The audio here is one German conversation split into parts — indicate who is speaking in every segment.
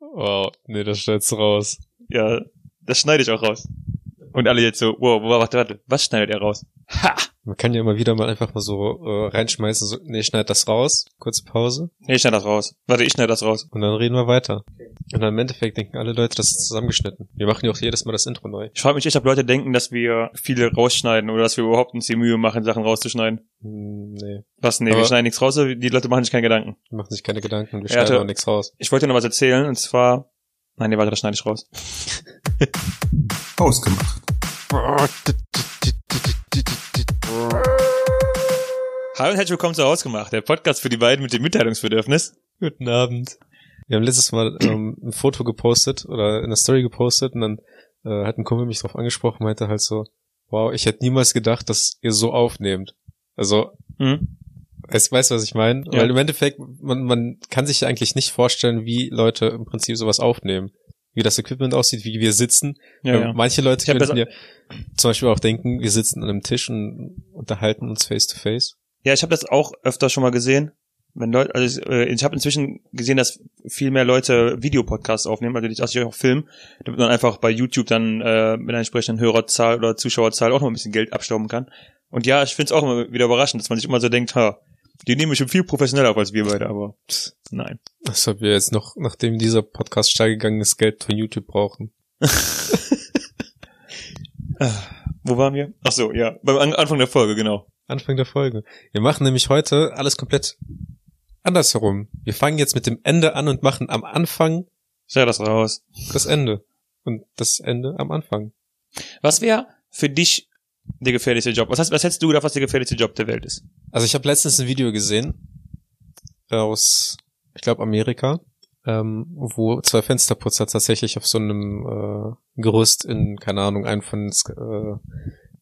Speaker 1: Wow, Oh, nee, das schneidest du raus.
Speaker 2: Ja, das schneide ich auch raus. Und alle jetzt so, wow, warte, warte, was schneidet er raus? Ha!
Speaker 1: Man kann ja immer wieder mal einfach mal so äh, reinschmeißen, so, nee, schneid das raus, kurze Pause,
Speaker 2: Nee, ich schneide das raus. Warte, ich schneide das raus.
Speaker 1: und dann reden wir weiter. Und dann im Endeffekt denken alle Leute, das ist zusammengeschnitten. Wir machen ja auch jedes Mal das Intro neu.
Speaker 2: Ich frage mich echt, ob Leute denken, dass wir viele rausschneiden oder dass wir überhaupt uns die Mühe machen, Sachen rauszuschneiden.
Speaker 1: Hm, nee,
Speaker 2: Was? Nee, wir
Speaker 1: Aber-
Speaker 2: schneiden nichts raus, die Leute machen sich keine Gedanken.
Speaker 1: wir machen sich keine Gedanken, wir
Speaker 2: Er hatte-
Speaker 1: schneiden auch nichts raus.
Speaker 2: Ich wollte dir noch was erzählen, und zwar... Nein, nee, warte, das schneide ich raus.
Speaker 3: Ausgemacht.
Speaker 2: Hallo und herzlich willkommen zu Hausgemacht, der Podcast für die beiden mit dem Mitteilungsbedürfnis.
Speaker 1: Guten Abend. Wir haben letztes Mal ähm, ein Foto gepostet oder eine Story gepostet und dann äh, hat ein Kumpel mich drauf angesprochen, meinte halt so, wow, ich hätte niemals gedacht, dass ihr so aufnehmt. Also,
Speaker 2: Hm?
Speaker 1: weißt weißt du, was ich meine?
Speaker 2: Ja.
Speaker 1: Weil im Endeffekt, man, man kann sich ja eigentlich nicht vorstellen, wie Leute im Prinzip sowas aufnehmen. Wie das Equipment aussieht, wie wir sitzen.
Speaker 2: Ja,
Speaker 1: Ähm,
Speaker 2: ja.
Speaker 1: Manche Leute
Speaker 2: Ich hab
Speaker 1: könnten
Speaker 2: das-
Speaker 1: ja zum Beispiel auch denken, wir sitzen an einem Tisch und unterhalten uns face to face.
Speaker 2: Ja, ich habe das auch öfter schon mal gesehen. Wenn Leute, also ich, äh, ich habe inzwischen gesehen, dass viel mehr Leute Videopodcasts aufnehmen, also die also die auch filmen, damit man einfach bei YouTube dann äh, mit einer entsprechenden Hörerzahl oder Zuschauerzahl auch noch ein bisschen Geld abstauben kann. Und ja, ich find's auch immer wieder überraschend, dass man sich immer so denkt, ha, die nehmen schon viel professioneller auf als wir beide, aber pff, nein.
Speaker 1: Deshalb wir jetzt noch, nachdem dieser Podcast steil gegangen ist, Geld von YouTube brauchen.
Speaker 2: Wo waren wir? Ach so, ja, beim An Anfang der Folge, genau.
Speaker 1: Anfang der Folge. Wir machen nämlich heute alles komplett andersherum. Wir fangen jetzt mit dem Ende an und machen am Anfang
Speaker 2: Schau das raus.
Speaker 1: das Ende. Und das Ende am Anfang.
Speaker 2: Was wäre für dich der gefährlichste Job? Was, hast, was hättest du gedacht, was der gefährlichste Job der Welt ist?
Speaker 1: Also ich habe letztens ein Video gesehen äh, aus, ich glaube, Amerika, ähm, wo zwei Fensterputzer tatsächlich auf so einem äh, Gerüst in, keine Ahnung, einen von sk- äh,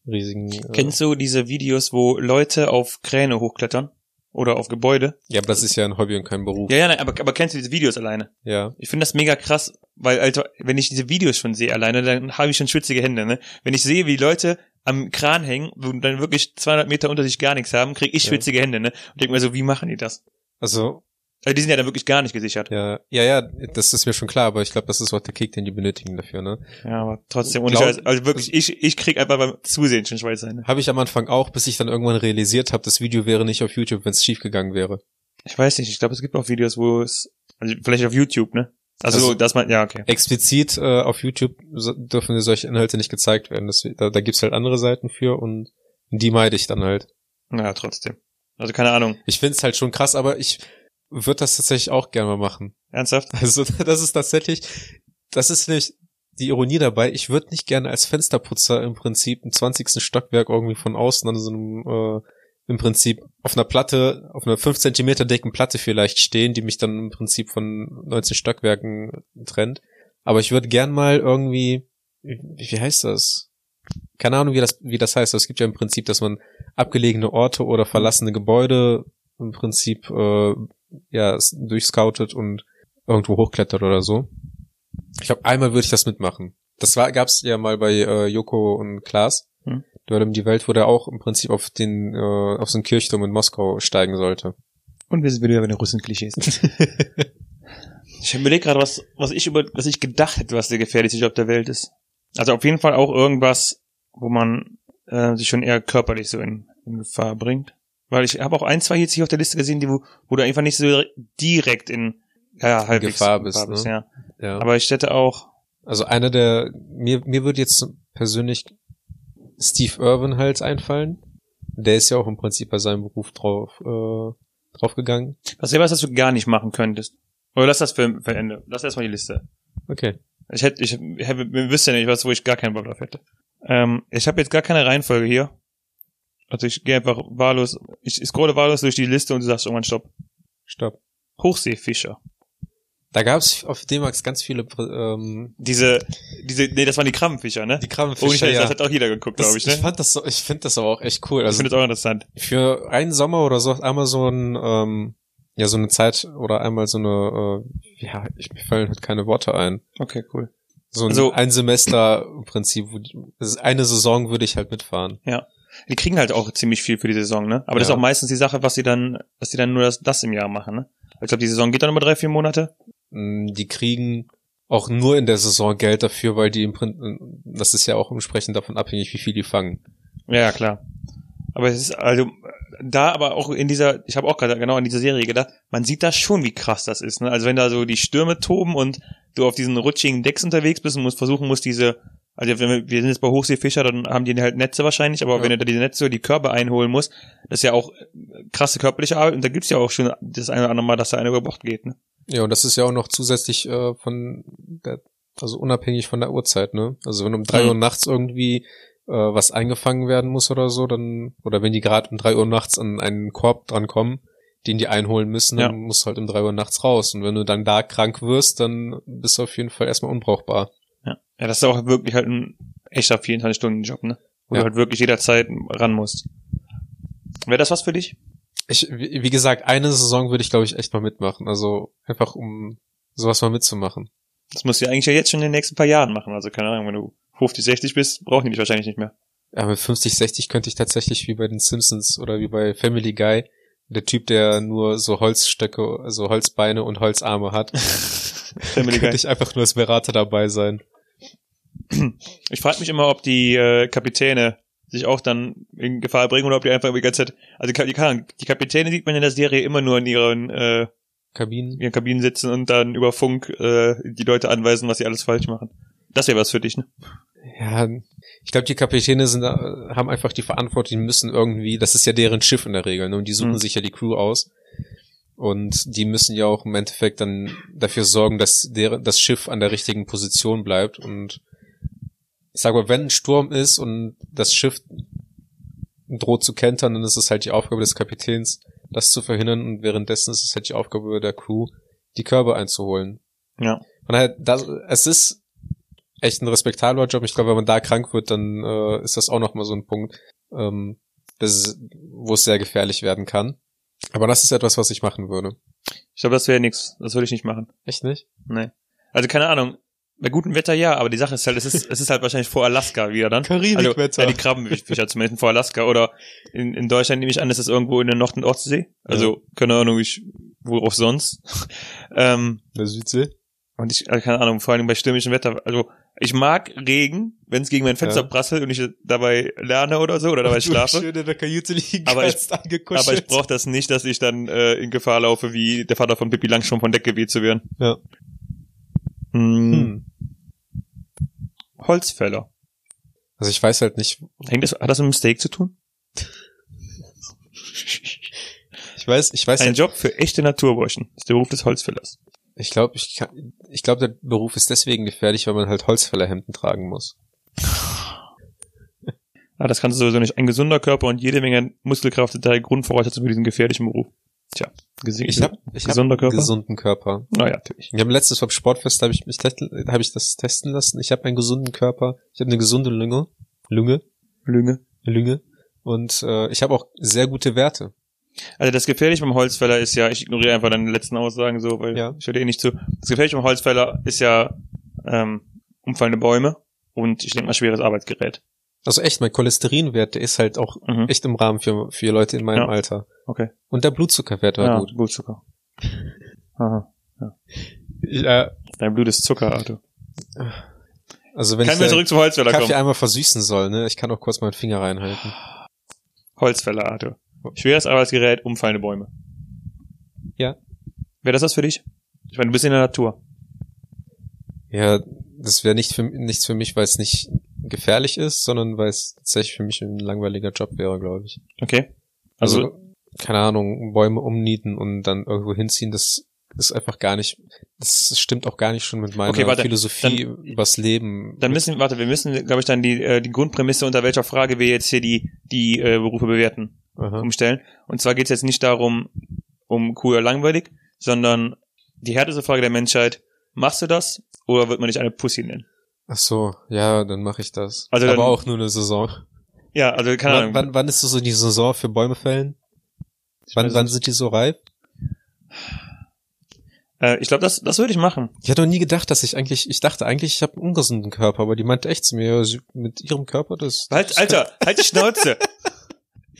Speaker 1: riesigen... Äh,
Speaker 2: Kennst du diese Videos, wo Leute auf Kräne hochklettern? Oder auf Gebäude?
Speaker 1: ja, aber das ist ja ein Hobby und kein Beruf.
Speaker 2: Ja, ja, nein, aber, aber kennst du diese Videos alleine?
Speaker 1: ja.
Speaker 2: Ich finde das mega krass, weil, Alter, wenn ich diese Videos schon sehe alleine, dann habe ich schon schwitzige Hände, ne? Wenn ich sehe, wie Leute am Kran hängen und dann wirklich 200 Meter unter sich gar nichts haben, kriege ich
Speaker 1: Ja.
Speaker 2: schwitzige Hände, ne? Und denke mir so, wie machen die das?
Speaker 1: Also
Speaker 2: Also die sind ja dann wirklich gar nicht gesichert.
Speaker 1: Ja, ja, ja, das ist mir schon klar, aber ich glaube, das ist auch der Kick, den die benötigen dafür, ne?
Speaker 2: Ja, aber trotzdem, ohne
Speaker 1: Glaub-
Speaker 2: Scheiß. Also wirklich, ich, ich krieg einfach beim Zusehen schon Schweißhände.
Speaker 1: Habe ich am Anfang auch, bis ich dann irgendwann realisiert habe, das Video wäre nicht auf YouTube, wenn es schief gegangen wäre.
Speaker 2: Ich weiß nicht, ich glaube, es gibt auch Videos, wo es, also vielleicht auf YouTube, ne? Also,
Speaker 1: Also-
Speaker 2: dass man, ja, okay.
Speaker 1: Explizit äh, auf YouTube so, dürfen solche Inhalte nicht gezeigt werden. Das, da da gibt's halt andere Seiten für und die meide ich dann halt.
Speaker 2: Naja, trotzdem. Also keine Ahnung.
Speaker 1: Ich find's halt schon krass, aber ich würde das tatsächlich auch gerne mal machen.
Speaker 2: Ernsthaft?
Speaker 1: Also das ist tatsächlich, das ist nämlich die Ironie dabei, ich würde nicht gerne als Fensterputzer im Prinzip im 20. Stockwerk irgendwie von außen an so einem, äh, im Prinzip auf einer Platte, auf einer 5 Zentimeter dicken Platte vielleicht stehen, die mich dann im Prinzip von 19 Stockwerken trennt. Aber ich würde gern mal irgendwie, wie, wie heißt das? Keine Ahnung, wie das, wie das heißt. aber Es gibt ja im Prinzip, dass man abgelegene Orte oder verlassene Gebäude im Prinzip äh, ja s- durchscoutet und irgendwo hochklettert oder so. Ich glaube, einmal würde ich das mitmachen. Das war, gab's ja mal bei äh, Joko und Klaas.
Speaker 2: Hm.
Speaker 1: Dort um die Welt, wo der auch im Prinzip auf den, äh, auf so einen Kirchturm in Moskau steigen sollte.
Speaker 2: Und wir sind wieder bei den Russen-Klischees. ich überlege gerade, was, was ich über, was ich gedacht hätte, was der gefährlichste Job der Welt ist. Also auf jeden Fall auch irgendwas, wo man äh, sich schon eher körperlich so in, in Gefahr bringt. Weil ich habe auch ein, zwei jetzt hier auf der Liste gesehen, die, wo, wo du einfach nicht so direkt in ja, halbwegs
Speaker 1: Gefahr bist, ne?
Speaker 2: ja.
Speaker 1: Ja.
Speaker 2: Aber ich hätte auch,
Speaker 1: also einer der, mir, mir würde jetzt persönlich Steve Irwin halt einfallen. Der ist ja auch im Prinzip bei seinem Beruf drauf, äh, draufgegangen.
Speaker 2: was wäre was, was du gar nicht machen könntest? Oder lass das für, für Ende. Lass erstmal die Liste.
Speaker 1: Okay.
Speaker 2: Ich hätte, ich hätte, mir wüsste ja nicht was, wo ich gar keinen Bock drauf hätte. Ähm, ich habe jetzt gar keine Reihenfolge hier. Also ich gehe einfach wahllos, ich scrolle wahllos durch die Liste und du sagst irgendwann Stopp.
Speaker 1: Stopp.
Speaker 2: Hochseefischer.
Speaker 1: Da gab's auf D-Max ganz viele, ähm,
Speaker 2: Diese, diese, nee, das waren die Krabbenfischer, ne?
Speaker 1: die
Speaker 2: Ohne
Speaker 1: Krabbenfischer,
Speaker 2: Scheiß,
Speaker 1: ja.
Speaker 2: das hat auch jeder geguckt,
Speaker 1: Das-
Speaker 2: glaube ich, ne?
Speaker 1: Ich fand das, so- ich finde das aber auch echt cool.
Speaker 2: ich
Speaker 1: Also
Speaker 2: finde das auch interessant.
Speaker 1: für einen Sommer oder so hat einmal so ein, ähm, ja, so eine Zeit oder einmal so eine, äh, ja, ich, mir fallen halt keine Worte ein.
Speaker 2: Okay, cool.
Speaker 1: So ein,
Speaker 2: Also-
Speaker 1: ein Semester im Prinzip, wo die- das ist eine Saison würde ich halt mitfahren.
Speaker 2: Die kriegen halt auch ziemlich viel für die Saison, ne? Aber das ist
Speaker 1: Ja.
Speaker 2: auch meistens die Sache, was sie dann, Also was sie dann nur das, das im Jahr machen, ne? Ich glaube, die Saison geht dann über drei, vier Monate.
Speaker 1: Mm, Die kriegen auch nur in der Saison Geld dafür, weil die im Prin das ist ja auch entsprechend davon abhängig, wie viel die fangen.
Speaker 2: Ja, klar. Aber es ist also da, aber auch in dieser, ich habe auch gerade genau an diese Serie gedacht, man sieht da schon, wie krass das ist. Ne? Also wenn da so die Stürme toben und du auf diesen rutschigen Decks unterwegs bist und musst versuchen musst, diese, also wenn wir, wir sind jetzt bei Hochseefischer, dann haben die halt Netze wahrscheinlich, aber
Speaker 1: Ja.
Speaker 2: wenn du da diese Netze, die Körbe einholen musst, das ist ja auch äh, krasse körperliche Arbeit und da gibt's ja auch schon das eine oder andere Mal, dass da einer über Bord geht. Ne?
Speaker 1: Ja, und das ist ja auch noch zusätzlich äh, von der, also unabhängig von der Uhrzeit, ne? Also wenn um drei
Speaker 2: Mhm.
Speaker 1: Uhr nachts irgendwie äh, was eingefangen werden muss oder so, dann, oder wenn die gerade um drei Uhr nachts an einen Korb drankommen, den die einholen müssen, dann
Speaker 2: Ja.
Speaker 1: musst du halt um drei Uhr nachts raus. Und wenn du dann da krank wirst, dann bist du auf jeden Fall erstmal unbrauchbar.
Speaker 2: Ja. ja, das ist auch wirklich halt ein echter 24-Stunden-Job, ne? Wo
Speaker 1: Ja.
Speaker 2: du halt wirklich jederzeit ran musst. Wäre das was für dich?
Speaker 1: Ich, wie wie gesagt, eine Saison würde ich, glaube ich, echt mal mitmachen. Also einfach um sowas mal mitzumachen.
Speaker 2: Das musst du ja eigentlich ja jetzt schon in den nächsten paar Jahren machen. Also keine Ahnung, wenn du 50, 60 bist, brauchen die dich wahrscheinlich nicht mehr.
Speaker 1: Ja, mit 50, 60 könnte ich tatsächlich wie bei den Simpsons oder wie bei Family Guy, der Typ, der nur so Holzstöcke, also Holzbeine und Holzarme hat,
Speaker 2: Family
Speaker 1: könnte
Speaker 2: Guy.
Speaker 1: ich einfach nur als Berater dabei sein.
Speaker 2: Ich frage mich immer, ob die äh, Kapitäne sich auch dann in Gefahr bringen oder ob die einfach die ganze Zeit, also die, keine Ahnung, die Kapitäne sieht man in der Serie immer nur in ihren, äh,
Speaker 1: Kabinen.
Speaker 2: ihren Kabinen sitzen und dann über Funk äh, die Leute anweisen, was sie alles falsch machen. Das wäre was für dich, ne?
Speaker 1: Ja, ich glaube, die Kapitäne sind, äh, haben einfach die Verantwortung, die müssen irgendwie, das ist ja deren Schiff in der Regel, ne? und die suchen
Speaker 2: Mhm.
Speaker 1: sich ja die Crew aus. Und die müssen ja auch im Endeffekt dann dafür sorgen, dass deren, das Schiff an der richtigen Position bleibt. Und ich sage mal, wenn ein Sturm ist und das Schiff droht zu kentern, dann ist es halt die Aufgabe des Kapitäns, das zu verhindern. Und währenddessen ist es halt die Aufgabe der Crew, die Körbe einzuholen.
Speaker 2: Ja.
Speaker 1: Von daher, das, es ist echt ein respektabler Job. Ich glaube, wenn man da krank wird, dann äh, ist das auch nochmal so ein Punkt, ähm, das ist, wo es sehr gefährlich werden kann. Aber das ist etwas, was ich machen würde.
Speaker 2: Ich glaube, das wäre nix. Das würde ich nicht machen.
Speaker 1: Echt nicht?
Speaker 2: Nee. Also keine Ahnung. Bei gutem Wetter ja, aber die Sache ist halt, es ist, es ist halt wahrscheinlich vor Alaska wieder dann. Also,
Speaker 1: Karibikwetter.
Speaker 2: ja, die Krabbenfischer zumindest vor Alaska oder in, in Deutschland nehme ich an, ist das irgendwo in der Nord- und Ostsee. Also keine Ahnung, ich, wo auch sonst. ähm,
Speaker 1: Der Südsee?
Speaker 2: und ich, also, keine Ahnung, vor allem bei stürmischem Wetter. Also ich mag Regen, wenn es gegen mein Fenster
Speaker 1: Ja.
Speaker 2: prasselt und ich dabei lerne oder so oder dabei schlafe.
Speaker 1: Schön in der Kajüte liegen
Speaker 2: Aber ich-
Speaker 1: kannst, angekuschelt.
Speaker 2: Aber ich brauche das nicht, dass ich dann äh, in Gefahr laufe, wie der Vater von Pippi Langstrom von Deck geweht zu werden.
Speaker 1: Ja.
Speaker 2: Hm.
Speaker 1: Hm.
Speaker 2: Holzfäller.
Speaker 1: Also ich weiß halt nicht,
Speaker 2: Hängt das, hat das mit dem Steak zu tun?
Speaker 1: ich weiß, ich weiß
Speaker 2: Ein
Speaker 1: halt,
Speaker 2: Job für echte Naturburschen. Das ist der Beruf des Holzfällers.
Speaker 1: ich glaube, ich kann, ich glaube, der Beruf ist deswegen gefährlich, weil man halt Holzfällerhemden tragen muss.
Speaker 2: Ah, das kannst du sowieso nicht. Ein gesunder Körper und jede Menge Muskelkraft sind daher Grundvoraussetzung für diesen gefährlichen Beruf. Tja, gesehen.
Speaker 1: Ich habe ich hab
Speaker 2: gesunder Körper. Ah
Speaker 1: gesunden Körper.
Speaker 2: naja, natürlich.
Speaker 1: Ich habe letztes vom Sportfest habe ich mich testen- habe ich das testen lassen. Ich habe einen gesunden Körper, ich habe eine gesunde Lunge, Lunge,
Speaker 2: Lünge.
Speaker 1: Lunge und äh, ich habe auch sehr gute Werte.
Speaker 2: Also das Gefährliche beim Holzfäller ist ja, ich ignoriere einfach deine letzten Aussagen so, weil
Speaker 1: Ja.
Speaker 2: ich höre dir eh nicht zu. Das Gefährliche beim Holzfäller ist ja ähm, umfallende Bäume und ich denke mal schweres Arbeitsgerät.
Speaker 1: Also echt, mein Cholesterinwert, der ist halt auch
Speaker 2: Mhm.
Speaker 1: echt im Rahmen für für Leute in meinem
Speaker 2: Ja.
Speaker 1: Alter.
Speaker 2: Okay.
Speaker 1: Und der Blutzuckerwert war
Speaker 2: ja,
Speaker 1: gut.
Speaker 2: Blutzucker. Aha.
Speaker 1: Ja,
Speaker 2: Dein Blut ist Zucker, Arthur.
Speaker 1: also wenn
Speaker 2: Kann
Speaker 1: ich
Speaker 2: mir
Speaker 1: den
Speaker 2: zurück zum Holzfäller
Speaker 1: Kaffee
Speaker 2: kommen.
Speaker 1: einmal versüßen soll, ne, ich kann auch kurz meinen Finger reinhalten.
Speaker 2: Holzfäller, Arthur. Schweres Arbeitsgerät, umfallende Bäume.
Speaker 1: Ja.
Speaker 2: Wäre das was für dich? Ich meine, du bist in der Natur.
Speaker 1: Ja, das wäre nicht für nichts für mich, weil es nicht gefährlich ist, sondern weil es tatsächlich für mich ein langweiliger Job wäre, glaube ich.
Speaker 2: Okay.
Speaker 1: Also,
Speaker 2: Also,
Speaker 1: keine Ahnung, Bäume umnieten und dann irgendwo hinziehen, das ist einfach gar nicht, das stimmt auch gar nicht schon mit meiner
Speaker 2: Okay, warte,
Speaker 1: Philosophie
Speaker 2: dann-
Speaker 1: übers Leben.
Speaker 2: dann müssen, warte, wir müssen, glaube ich, dann die, äh, die Grundprämisse, unter welcher Frage wir jetzt hier die, die äh, Berufe bewerten,
Speaker 1: Aha.
Speaker 2: umstellen. Und zwar geht es jetzt nicht darum, um cool oder langweilig, sondern die härteste Frage der Menschheit, machst du das oder wird man dich eine Pussy nennen?
Speaker 1: Ach so, ja, dann mache ich das.
Speaker 2: Also
Speaker 1: Aber
Speaker 2: dann-
Speaker 1: auch nur eine Saison.
Speaker 2: Ja, also keine
Speaker 1: Wann,
Speaker 2: Ahnung.
Speaker 1: wann, wann ist so die Saison für Bäume fällen? Wann,
Speaker 2: weiß
Speaker 1: wann sind die so reif?
Speaker 2: Äh, ich glaube, das, das würde ich machen.
Speaker 1: Ich hatte noch nie gedacht, dass ich eigentlich, ich dachte eigentlich, ich habe einen ungesunden Körper, aber die meinte echt zu mir, ja, sie, mit ihrem Körper das.
Speaker 2: Halt, Alter, halt die Schnauze.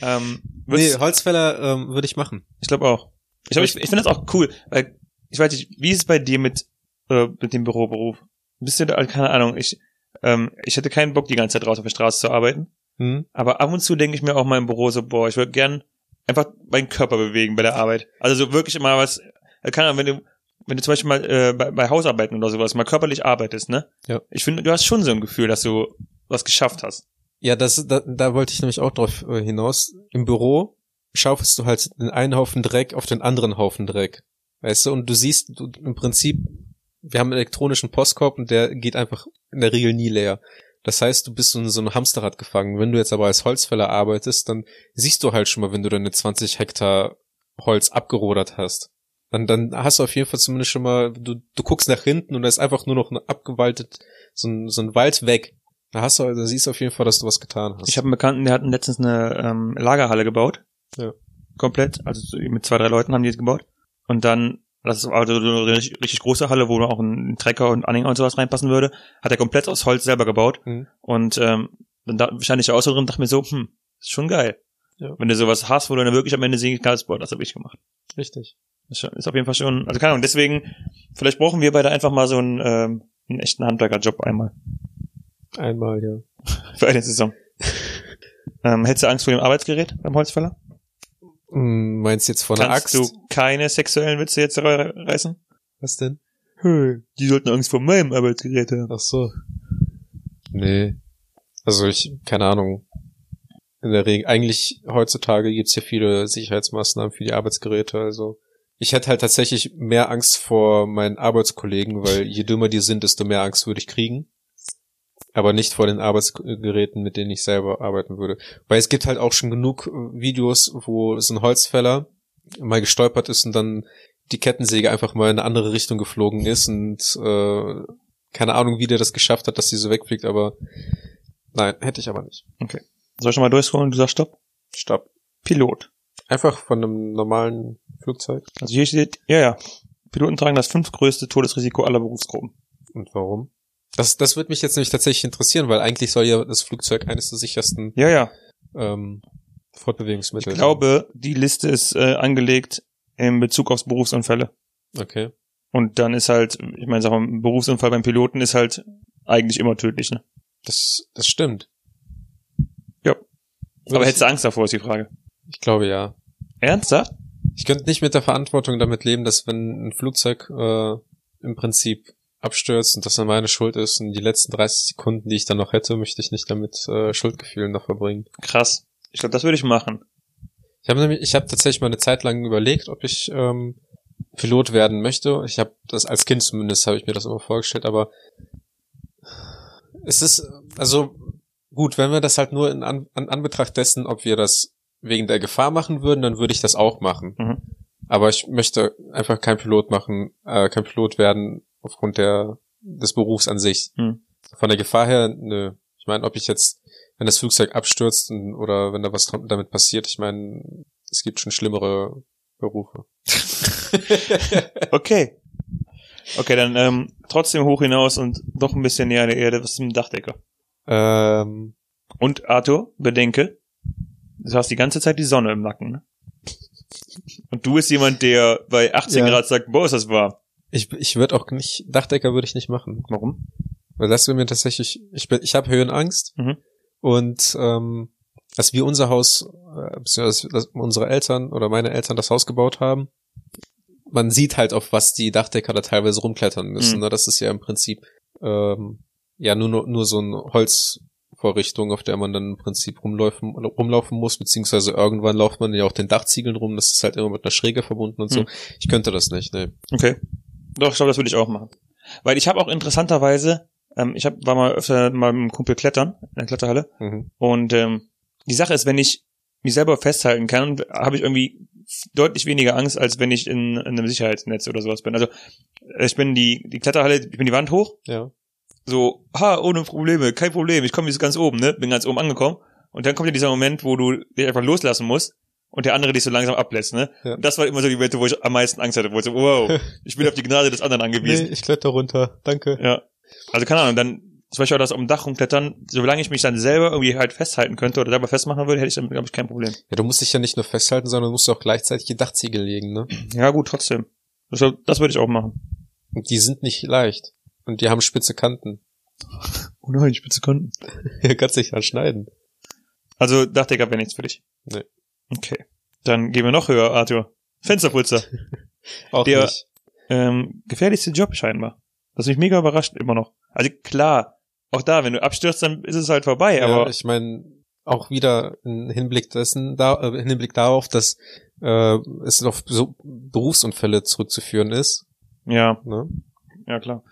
Speaker 2: ähm,
Speaker 1: Nee,
Speaker 2: würdest-
Speaker 1: Holzfäller ähm, würde ich machen.
Speaker 2: Ich glaube auch. Ich, glaub, ich, ich finde das auch cool, weil ich weiß nicht, wie ist es bei dir mit äh, mit dem Büroberuf. Ein bisschen, äh, keine Ahnung, ich, ähm, ich hätte keinen Bock, die ganze Zeit draußen auf der Straße zu arbeiten.
Speaker 1: Hm?
Speaker 2: Aber ab und zu denke ich mir auch mal im Büro so, boah, ich würde gern einfach meinen Körper bewegen bei der Arbeit. Also so wirklich mal was, äh, keine Ahnung, wenn du, wenn du zum Beispiel mal äh, bei, bei Hausarbeiten oder sowas mal körperlich arbeitest, ne?
Speaker 1: Ja.
Speaker 2: Ich finde, du hast schon so ein Gefühl, dass du was geschafft hast.
Speaker 1: Ja, das, da, da wollte ich nämlich auch drauf äh, hinaus. Im Büro schaufelst du halt den einen Haufen Dreck auf den anderen Haufen Dreck. Weißt du, und du siehst du, im Prinzip, wir haben einen elektronischen Postkorb und der geht einfach in der Regel nie leer. Das heißt, du bist so in so einem Hamsterrad gefangen. Wenn du jetzt aber als Holzfäller arbeitest, dann siehst du halt schon mal, wenn du deine 20 Hektar Holz abgerodert hast. Dann, dann hast du auf jeden Fall zumindest schon mal, du, du guckst nach hinten und da ist einfach nur noch ein abgewaltet, so ein, so ein Wald weg. Da hast du, da siehst du auf jeden Fall, dass du was getan hast.
Speaker 2: Ich habe einen Bekannten, der hat letztens eine ähm, Lagerhalle gebaut.
Speaker 1: Ja.
Speaker 2: Komplett. Also so mit zwei, drei Leuten haben die das gebaut. Und dann, das ist also so eine richtig, richtig große Halle, wo auch ein Trecker und Anhänger und sowas reinpassen würde, hat er komplett aus Holz selber gebaut.
Speaker 1: Mhm.
Speaker 2: Und ähm, dann da, wahrscheinlich der Ausdruck drin dachte mir so, hm, ist schon geil.
Speaker 1: Ja.
Speaker 2: Wenn du sowas hast, wo du dann wirklich am Ende sehen kannst, boah, das habe ich gemacht.
Speaker 1: richtig.
Speaker 2: Das ist schon- ist auf jeden Fall schon, also keine Ahnung, deswegen, vielleicht brauchen wir beide einfach mal so einen, ähm, einen echten Handwerkerjob einmal
Speaker 1: Einmal, ja.
Speaker 2: für eine Saison. ähm, hättest du Angst vor dem Arbeitsgerät beim Holzfäller?
Speaker 1: Hm, meinst du jetzt von der
Speaker 2: Kannst
Speaker 1: Axt?
Speaker 2: du keine sexuellen Witze jetzt rei- reißen?
Speaker 1: Was denn?
Speaker 2: Hey, die sollten Angst vor meinem Arbeitsgerät haben.
Speaker 1: Ach so. Nee. Also ich, keine Ahnung. In der Regel, eigentlich heutzutage gibt's hier viele Sicherheitsmaßnahmen für die Arbeitsgeräte, also. Ich hätte halt tatsächlich mehr Angst vor meinen Arbeitskollegen, weil je dümmer die sind, desto mehr Angst würde ich kriegen. Aber nicht vor den Arbeitsgeräten, mit denen ich selber arbeiten würde. Weil es gibt halt auch schon genug äh, Videos, wo so ein Holzfäller mal gestolpert ist und dann die Kettensäge einfach mal in eine andere Richtung geflogen ist und äh, keine Ahnung, wie der das geschafft hat, dass sie so wegfliegt, aber nein, hätte ich aber nicht.
Speaker 2: Soll ich schon mal durchscrollen? Du sagst Stopp.
Speaker 1: Stopp.
Speaker 2: Pilot.
Speaker 1: Einfach von einem normalen Flugzeug.
Speaker 2: Also hier steht, ja, ja. Piloten tragen das fünftgrößte Todesrisiko aller Berufsgruppen.
Speaker 1: Und warum? Das, das wird mich jetzt nämlich tatsächlich interessieren, weil eigentlich soll ja das Flugzeug eines der sichersten
Speaker 2: Ja, ja.
Speaker 1: ähm,
Speaker 2: Ich
Speaker 1: Fortbewegungsmittel
Speaker 2: glaube, die Liste ist äh, angelegt in Bezug auf Berufsunfälle.
Speaker 1: sein. Okay.
Speaker 2: Und dann ist halt, ich meine, sag mal, ein Berufsunfall beim Piloten ist halt eigentlich immer tödlich, ne?
Speaker 1: Das, das stimmt.
Speaker 2: Ja. Aber
Speaker 1: ich,
Speaker 2: hättest du Angst davor, ist die Frage.
Speaker 1: ich glaube ja.
Speaker 2: Ernsthaft?
Speaker 1: Ich könnte nicht mit der Verantwortung damit leben, dass wenn ein Flugzeug äh, im Prinzip abstürzt und das dann meine Schuld ist und die letzten 30 Sekunden, die ich dann noch hätte, möchte ich nicht damit äh, Schuldgefühlen noch verbringen.
Speaker 2: Krass. Ich glaube, das würde ich machen.
Speaker 1: Ich habe nämlich, ich habe tatsächlich mal eine Zeit lang überlegt, ob ich ähm, Pilot werden möchte. Ich habe das als Kind zumindest habe ich mir das immer vorgestellt, aber es ist also gut, wenn wir das halt nur in an, an Anbetracht dessen, ob wir das wegen der Gefahr machen würden, dann würde ich das auch machen.
Speaker 2: Mhm.
Speaker 1: Aber ich möchte einfach kein Pilot machen, äh, kein Pilot werden aufgrund der des Berufs an sich.
Speaker 2: Mhm.
Speaker 1: Von der Gefahr her, nö. Ich meine, ob ich jetzt, wenn das Flugzeug abstürzt und, oder wenn da was dran- damit passiert, ich meine, es gibt schon schlimmere Berufe.
Speaker 2: Okay. Okay, dann ähm, trotzdem hoch hinaus und doch ein bisschen näher an der Erde, was zum Dachdecker.
Speaker 1: ähm,
Speaker 2: Und Arthur, bedenke, du hast die ganze Zeit die Sonne im Nacken. Ne? Und du bist jemand, der bei 18
Speaker 1: Ja.
Speaker 2: Grad sagt, boah, ist das warm.
Speaker 1: ich ich würde auch nicht, Dachdecker würde ich nicht machen.
Speaker 2: Warum?
Speaker 1: Weil das will mir tatsächlich, ich bin, ich habe Höhenangst
Speaker 2: Mhm.
Speaker 1: und ähm, als wir unser Haus, äh, beziehungsweise als unsere Eltern oder meine Eltern das Haus gebaut haben, man sieht halt, auf was die Dachdecker da teilweise rumklettern müssen.
Speaker 2: Mhm.
Speaker 1: Ne? Das ist ja im Prinzip ähm, ja nur, nur, nur so ein Holzvorrichtung, auf der man dann im Prinzip rumlaufen, rumlaufen muss, beziehungsweise irgendwann läuft man ja auch den Dachziegeln rum, das ist halt immer mit einer Schräge verbunden und so.
Speaker 2: Mhm.
Speaker 1: Ich könnte das nicht, ne.
Speaker 2: Okay. Doch, ich glaube, das würde ich auch machen. Weil ich habe auch interessanterweise, ähm, ich hab, war mal öfter mit meinem Kumpel klettern, in der Kletterhalle.
Speaker 1: Mhm.
Speaker 2: Und ähm, die Sache ist, wenn ich mich selber festhalten kann, habe ich irgendwie deutlich weniger Angst, als wenn ich in, in einem Sicherheitsnetz oder sowas bin. Also ich bin die, die Kletterhalle, ich bin die Wand hoch,
Speaker 1: Ja.
Speaker 2: so, ha, ohne Probleme, kein Problem, ich komme jetzt ganz oben, ne? Bin ganz oben angekommen. Und dann kommt ja dieser Moment, wo du dich einfach loslassen musst und der andere dich so langsam ablässt, ne?
Speaker 1: Ja.
Speaker 2: Und das war immer so die Momente, wo ich am meisten Angst hatte, wo ich so, wow, ich bin auf die Gnade des anderen angewiesen.
Speaker 1: ich kletter runter, danke.
Speaker 2: Ja. Also keine Ahnung, dann zum Beispiel auch das um Dach rumklettern, solange ich mich dann selber irgendwie halt festhalten könnte oder selber festmachen würde, hätte ich damit, glaube ich, kein Problem.
Speaker 1: Ja, du musst dich ja nicht nur festhalten, sondern du musst auch gleichzeitig die Dachziegel legen, ne?
Speaker 2: Ja, gut, trotzdem. Das, das würde ich auch machen.
Speaker 1: Und die sind nicht leicht. Und die haben spitze Kanten.
Speaker 2: Oh nein, spitze Kanten.
Speaker 1: Hier kannst dich halt schneiden.
Speaker 2: Also dachte ich, gab ja nichts für dich.
Speaker 1: Nee.
Speaker 2: Okay. Dann gehen wir noch höher, Arthur. Fensterputzer.
Speaker 1: Auch
Speaker 2: Der-
Speaker 1: nicht.
Speaker 2: ähm, gefährlichste Job scheinbar. Das mich mega überrascht immer noch. Also klar, auch da, wenn du abstürzt, dann ist es halt vorbei,
Speaker 1: Ja,
Speaker 2: aber
Speaker 1: ich meine, auch wieder im Hinblick dessen, da, äh, im Hinblick darauf, dass äh, es auf so Berufsunfälle zurückzuführen ist.
Speaker 2: ja,
Speaker 1: Ne?
Speaker 2: ja klar.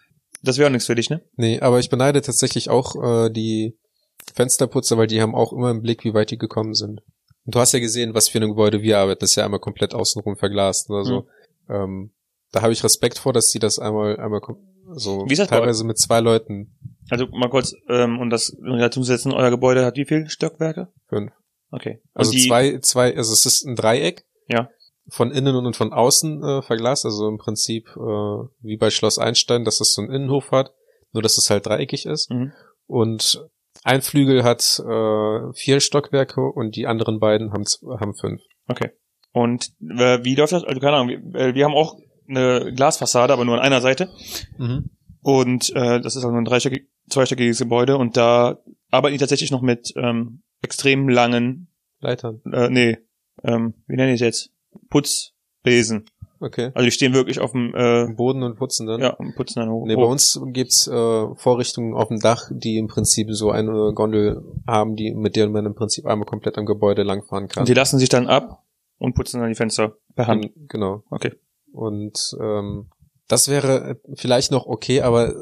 Speaker 2: Das wäre auch nichts für dich, ne?
Speaker 1: Nee, aber ich beneide tatsächlich auch äh, die Fensterputzer, weil die haben auch immer im Blick, wie weit die gekommen sind. Und du hast ja gesehen, was für ein Gebäude wir arbeiten. Das ist ja einmal komplett außenrum verglast oder so.
Speaker 2: Hm.
Speaker 1: Ähm, da habe ich Respekt vor, dass die das einmal, einmal kom- so
Speaker 2: Wie ist das bei
Speaker 1: teilweise mit zwei Leuten.
Speaker 2: Also mal kurz, ähm, und das in Relation zu setzen, euer Gebäude hat wie viel Stockwerke?
Speaker 1: Fünf.
Speaker 2: Okay. Und
Speaker 1: Also
Speaker 2: die,
Speaker 1: zwei, zwei, also es ist ein Dreieck.
Speaker 2: Ja.
Speaker 1: Von innen und von außen äh, verglast, also im Prinzip äh, wie bei Schloss Einstein, dass es so einen Innenhof hat, nur dass es halt dreieckig ist.
Speaker 2: Mhm.
Speaker 1: Und ein Flügel hat äh, vier Stockwerke und die anderen beiden haben, z- haben fünf.
Speaker 2: Und äh, wie läuft das? Also keine Ahnung, wir, äh, wir haben auch eine Glasfassade, aber nur an einer Seite. Und äh, das ist also ein dreistöckig, zweistöckiges Gebäude und da arbeiten die tatsächlich noch mit ähm, extrem langen,
Speaker 1: Leitern.
Speaker 2: äh, nee, ähm, wie nenne ich es jetzt? Putzbesen.
Speaker 1: Okay.
Speaker 2: Also die stehen wirklich auf dem, äh,
Speaker 1: Boden und Putzen dann.
Speaker 2: ja, und putzen dann hoch.
Speaker 1: Nee, bei uns gibt's äh, Vorrichtungen auf dem Dach, die im Prinzip so eine Gondel haben, die mit der man im Prinzip einmal komplett am Gebäude langfahren kann.
Speaker 2: und die lassen sich dann ab und putzen dann die Fenster per Hand.
Speaker 1: Und- Genau.
Speaker 2: Okay.
Speaker 1: Und ähm, das wäre vielleicht noch okay, aber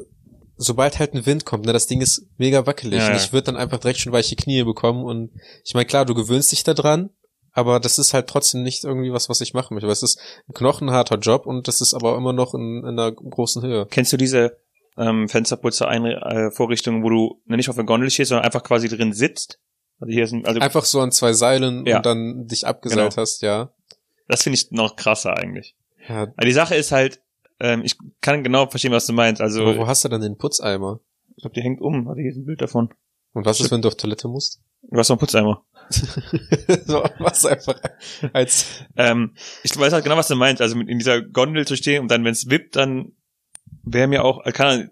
Speaker 1: sobald halt ein Wind kommt, ne, das Ding ist mega wackelig.
Speaker 2: Ja,
Speaker 1: und
Speaker 2: ja.
Speaker 1: ich würde dann einfach direkt schon weiche Knie bekommen. Und ich meine, klar, du gewöhnst dich da dran, aber das ist halt trotzdem nicht irgendwie was, was ich machen möchte. Weil es ist ein knochenharter Job und das ist aber immer noch in, in einer großen Höhe.
Speaker 2: Kennst du diese ähm, Fensterputzer-Vorrichtungen, wo du ne, nicht auf der Gondel stehst, sondern einfach quasi drin sitzt? Also hier ist ein, also
Speaker 1: Einfach so an zwei Seilen
Speaker 2: Ja. Genau.
Speaker 1: und dann dich abgeseilt hast, ja.
Speaker 2: das finde ich noch krasser eigentlich.
Speaker 1: ja
Speaker 2: Aber die Sache ist halt, ähm, ich kann genau verstehen, was du meinst. Also
Speaker 1: aber wo hast du dann den Putzeimer?
Speaker 2: Ich glaube, die hängt um. Also hier ist ein Bild davon.
Speaker 1: Und was ist, wenn du auf Toilette musst?
Speaker 2: Du hast noch einen Putzeimer.
Speaker 1: so, was einfach als
Speaker 2: Ähm, ich weiß halt genau, was du meinst. Also mit in dieser Gondel zu stehen und dann, wenn es wippt, dann wäre mir auch, also kann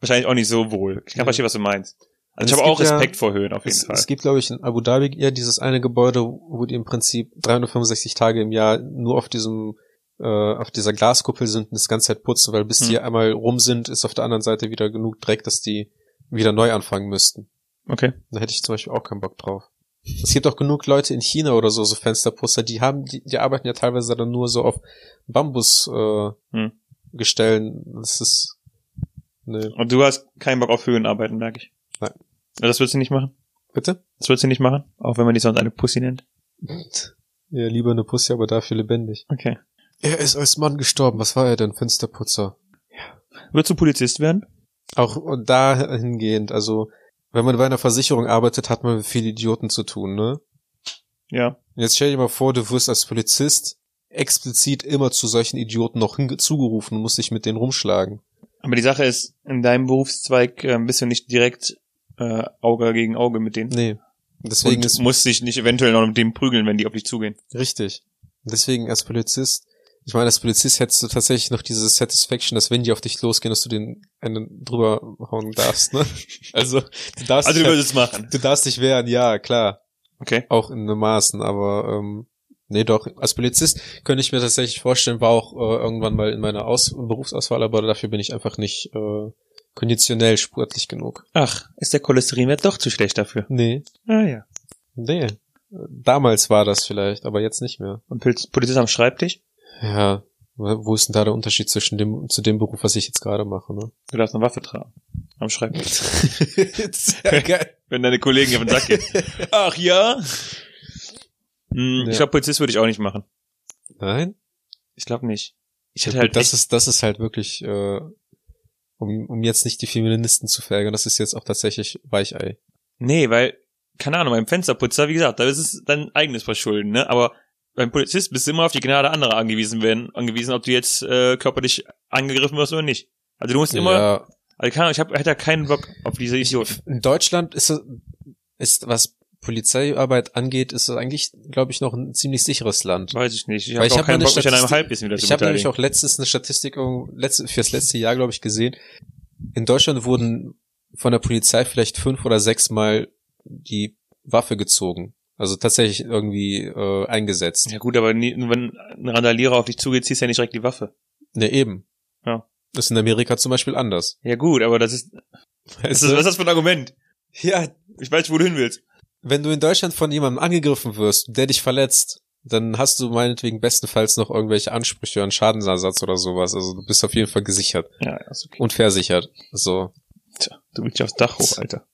Speaker 2: wahrscheinlich auch nicht so wohl. Ich kann
Speaker 1: Ja.
Speaker 2: verstehen, was du meinst. Also
Speaker 1: Es
Speaker 2: ich habe auch
Speaker 1: gibt ja-
Speaker 2: Respekt vor Höhen auf jeden
Speaker 1: Es,
Speaker 2: Fall.
Speaker 1: es gibt, glaube ich, in Abu Dhabi eher dieses eine Gebäude, wo die im Prinzip 365 Tage im Jahr nur auf diesem äh, auf dieser Glaskuppel sind und das ganze Zeit putzen, weil bis
Speaker 2: Hm.
Speaker 1: die einmal rum sind, ist auf der anderen Seite wieder genug Dreck, dass die wieder neu anfangen müssten.
Speaker 2: Okay.
Speaker 1: Da hätte ich zum Beispiel auch keinen Bock drauf. Es gibt auch genug Leute in China oder so, so Fensterputzer, die haben, die, die arbeiten ja teilweise dann nur so auf Bambus äh,
Speaker 2: Hm.
Speaker 1: Gestellen. Das ist ne.
Speaker 2: Und du hast keinen Bock auf Höhenarbeiten, merke ich.
Speaker 1: Nein.
Speaker 2: Ja, Das würdest du nicht machen.
Speaker 1: Bitte?
Speaker 2: Das würdest du nicht machen. Auch wenn man die sonst eine Pussy nennt.
Speaker 1: Ja, lieber eine Pussy, aber dafür lebendig.
Speaker 2: Okay.
Speaker 1: Er ist als Mann gestorben. Was war er denn? Fensterputzer.
Speaker 2: Würdest du Polizist werden?
Speaker 1: Auch dahingehend, also, wenn man bei einer Versicherung arbeitet, hat man mit vielen Idioten zu tun, ne?
Speaker 2: Ja.
Speaker 1: Jetzt stell dir mal vor, du wirst als Polizist explizit immer zu solchen Idioten noch hinge- zugerufen und musst dich mit denen rumschlagen.
Speaker 2: Aber die Sache ist, in deinem Berufszweig äh, bist du nicht direkt äh, Auge gegen Auge mit denen.
Speaker 1: Nee. Deswegen
Speaker 2: und
Speaker 1: ist
Speaker 2: muss dich nicht eventuell noch mit dem prügeln, wenn die auf dich zugehen.
Speaker 1: richtig. Deswegen als Polizist, ich meine, als Polizist hättest du tatsächlich noch diese Satisfaction, dass wenn die auf dich losgehen, dass du den einen drüber hauen darfst, ne? Also, du darfst,
Speaker 2: Also du
Speaker 1: dich,
Speaker 2: würdest es machen.
Speaker 1: du darfst dich wehren, ja, klar.
Speaker 2: Okay.
Speaker 1: auch in einem Maßen, aber ähm, nee, doch. Als Polizist könnte ich mir tatsächlich vorstellen, war auch äh, irgendwann mal in meiner Aus Berufsauswahl, aber dafür bin ich einfach nicht äh, konditionell sportlich genug.
Speaker 2: Ach, ist der Cholesterinwert doch zu schlecht dafür.
Speaker 1: Nee.
Speaker 2: Ah ja.
Speaker 1: Nee. Damals war das vielleicht, aber jetzt nicht mehr.
Speaker 2: Und Pil- Polizist am Schreibtisch?
Speaker 1: Ja. Wo wo ist denn da der Unterschied zwischen dem zu dem Beruf, was ich jetzt gerade mache, ne?
Speaker 2: Du darfst eine Waffe tragen. Am Schreibtisch.
Speaker 1: Sehr geil.
Speaker 2: Wenn deine Kollegen auf den Sack gehen. Ach ja? Hm,
Speaker 1: Ja.
Speaker 2: Ich glaube, Polizist würde ich auch nicht machen.
Speaker 1: Nein?
Speaker 2: Ich glaube nicht. Ich hätte
Speaker 1: Ja, gut,
Speaker 2: halt
Speaker 1: das
Speaker 2: echt,
Speaker 1: ist das ist halt wirklich äh, um, um jetzt nicht die Feministen zu verärgern, das ist jetzt auch tatsächlich Weichei.
Speaker 2: Nee, weil, keine Ahnung, beim Fensterputzer, wie gesagt, da ist es dein eigenes Verschulden, ne? Aber beim Polizist bist du immer auf die Gnade anderer angewiesen werden, angewiesen, ob du jetzt äh, körperlich angegriffen wirst oder nicht. Also du musst immer,
Speaker 1: ja,
Speaker 2: also keine Ahnung, ich hab, hätte da keinen Bock auf diese Idioten.
Speaker 1: in Deutschland ist, es- ist was Polizeiarbeit angeht, ist es eigentlich, glaube ich, noch ein ziemlich sicheres Land.
Speaker 2: Weiß ich nicht. Ich
Speaker 1: Weil
Speaker 2: habe
Speaker 1: ich
Speaker 2: auch
Speaker 1: hab
Speaker 2: keinen
Speaker 1: meine
Speaker 2: Bock, mich an einem
Speaker 1: Statistik-
Speaker 2: Halbwissen wieder zu
Speaker 1: Ich habe nämlich
Speaker 2: beteiligen.
Speaker 1: auch letztens eine Statistik irgendwo- letzte, fürs letzte Jahr, glaube ich, gesehen. In Deutschland wurden von der Polizei vielleicht fünf oder sechs Mal die Waffe gezogen. Also tatsächlich irgendwie äh, eingesetzt.
Speaker 2: Ja gut, aber nie, nur wenn ein Randalierer auf dich zugeht, ziehst du ja nicht direkt die Waffe.
Speaker 1: Ne, eben.
Speaker 2: Ja.
Speaker 1: Das ist in Amerika zum Beispiel anders.
Speaker 2: Ja gut, aber das ist, was
Speaker 1: Also
Speaker 2: ist, was ist das für ein Argument?
Speaker 1: ja,
Speaker 2: Ich weiß, wo du hin willst.
Speaker 1: wenn du in Deutschland von jemandem angegriffen wirst, der dich verletzt, dann hast du meinetwegen bestenfalls noch irgendwelche Ansprüche an Schadensersatz oder sowas. Also du bist auf jeden Fall gesichert
Speaker 2: Ja, ist okay.
Speaker 1: und versichert. So.
Speaker 2: Tja, du willst ja aufs Dach hoch, Alter.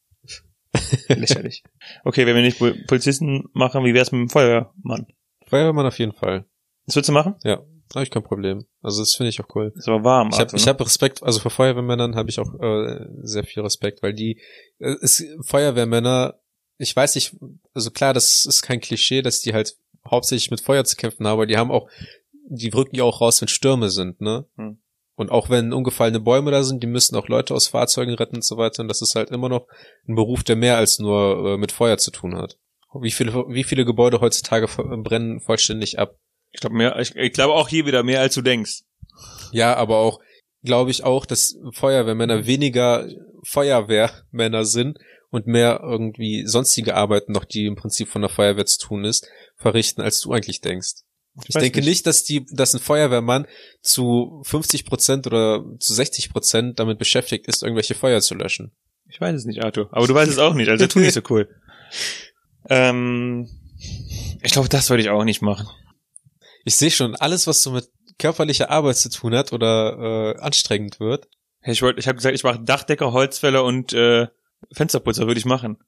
Speaker 2: Lächerlich. Okay, wenn wir nicht Pol- Polizisten machen, wie wär's mit dem Feuerwehrmann?
Speaker 1: Feuerwehrmann auf jeden Fall.
Speaker 2: Das willst du machen?
Speaker 1: Habe ich kein Problem. Also das finde ich auch cool.
Speaker 2: Ist aber warm,
Speaker 1: Ich habe
Speaker 2: Arthur,
Speaker 1: ich
Speaker 2: ne?
Speaker 1: hab Respekt, also vor Feuerwehrmännern habe ich auch äh, sehr viel Respekt, weil die äh, es, Feuerwehrmänner, ich weiß nicht, also klar, das ist kein Klischee, dass die halt hauptsächlich mit Feuer zu kämpfen haben, aber die haben auch, die rücken ja auch raus, wenn Stürme sind, ne?
Speaker 2: Hm.
Speaker 1: Und auch wenn umgefallene Bäume da sind, die müssen auch Leute aus Fahrzeugen retten und so weiter. Und das ist halt immer noch ein Beruf, der mehr als nur äh, mit Feuer zu tun hat. Wie viele, wie viele Gebäude heutzutage ver- brennen vollständig ab?
Speaker 2: Ich glaube mehr, ich, ich glaube auch hier wieder mehr als du denkst.
Speaker 1: Ja, aber auch, glaube ich auch, dass Feuerwehrmänner weniger Feuerwehrmänner sind und mehr irgendwie sonstige Arbeiten noch, die im Prinzip von der Feuerwehr zu tun ist, verrichten, als du eigentlich denkst. Ich,
Speaker 2: weiß
Speaker 1: denke nicht, dass die, dass ein Feuerwehrmann zu 50 Prozent oder zu 60 Prozent damit beschäftigt ist, irgendwelche Feuer zu löschen.
Speaker 2: Ich weiß es nicht, Arthur. Aber du weißt es auch nicht, also tu nicht so cool. Ähm, ich glaube, das würde ich auch nicht machen.
Speaker 1: Ich sehe schon, alles, was so mit körperlicher Arbeit zu tun hat oder äh, anstrengend wird,
Speaker 2: Ich, wollt- ich habe gesagt, ich mache Dachdecker, Holzfäller und äh, Fensterputzer würde ich machen.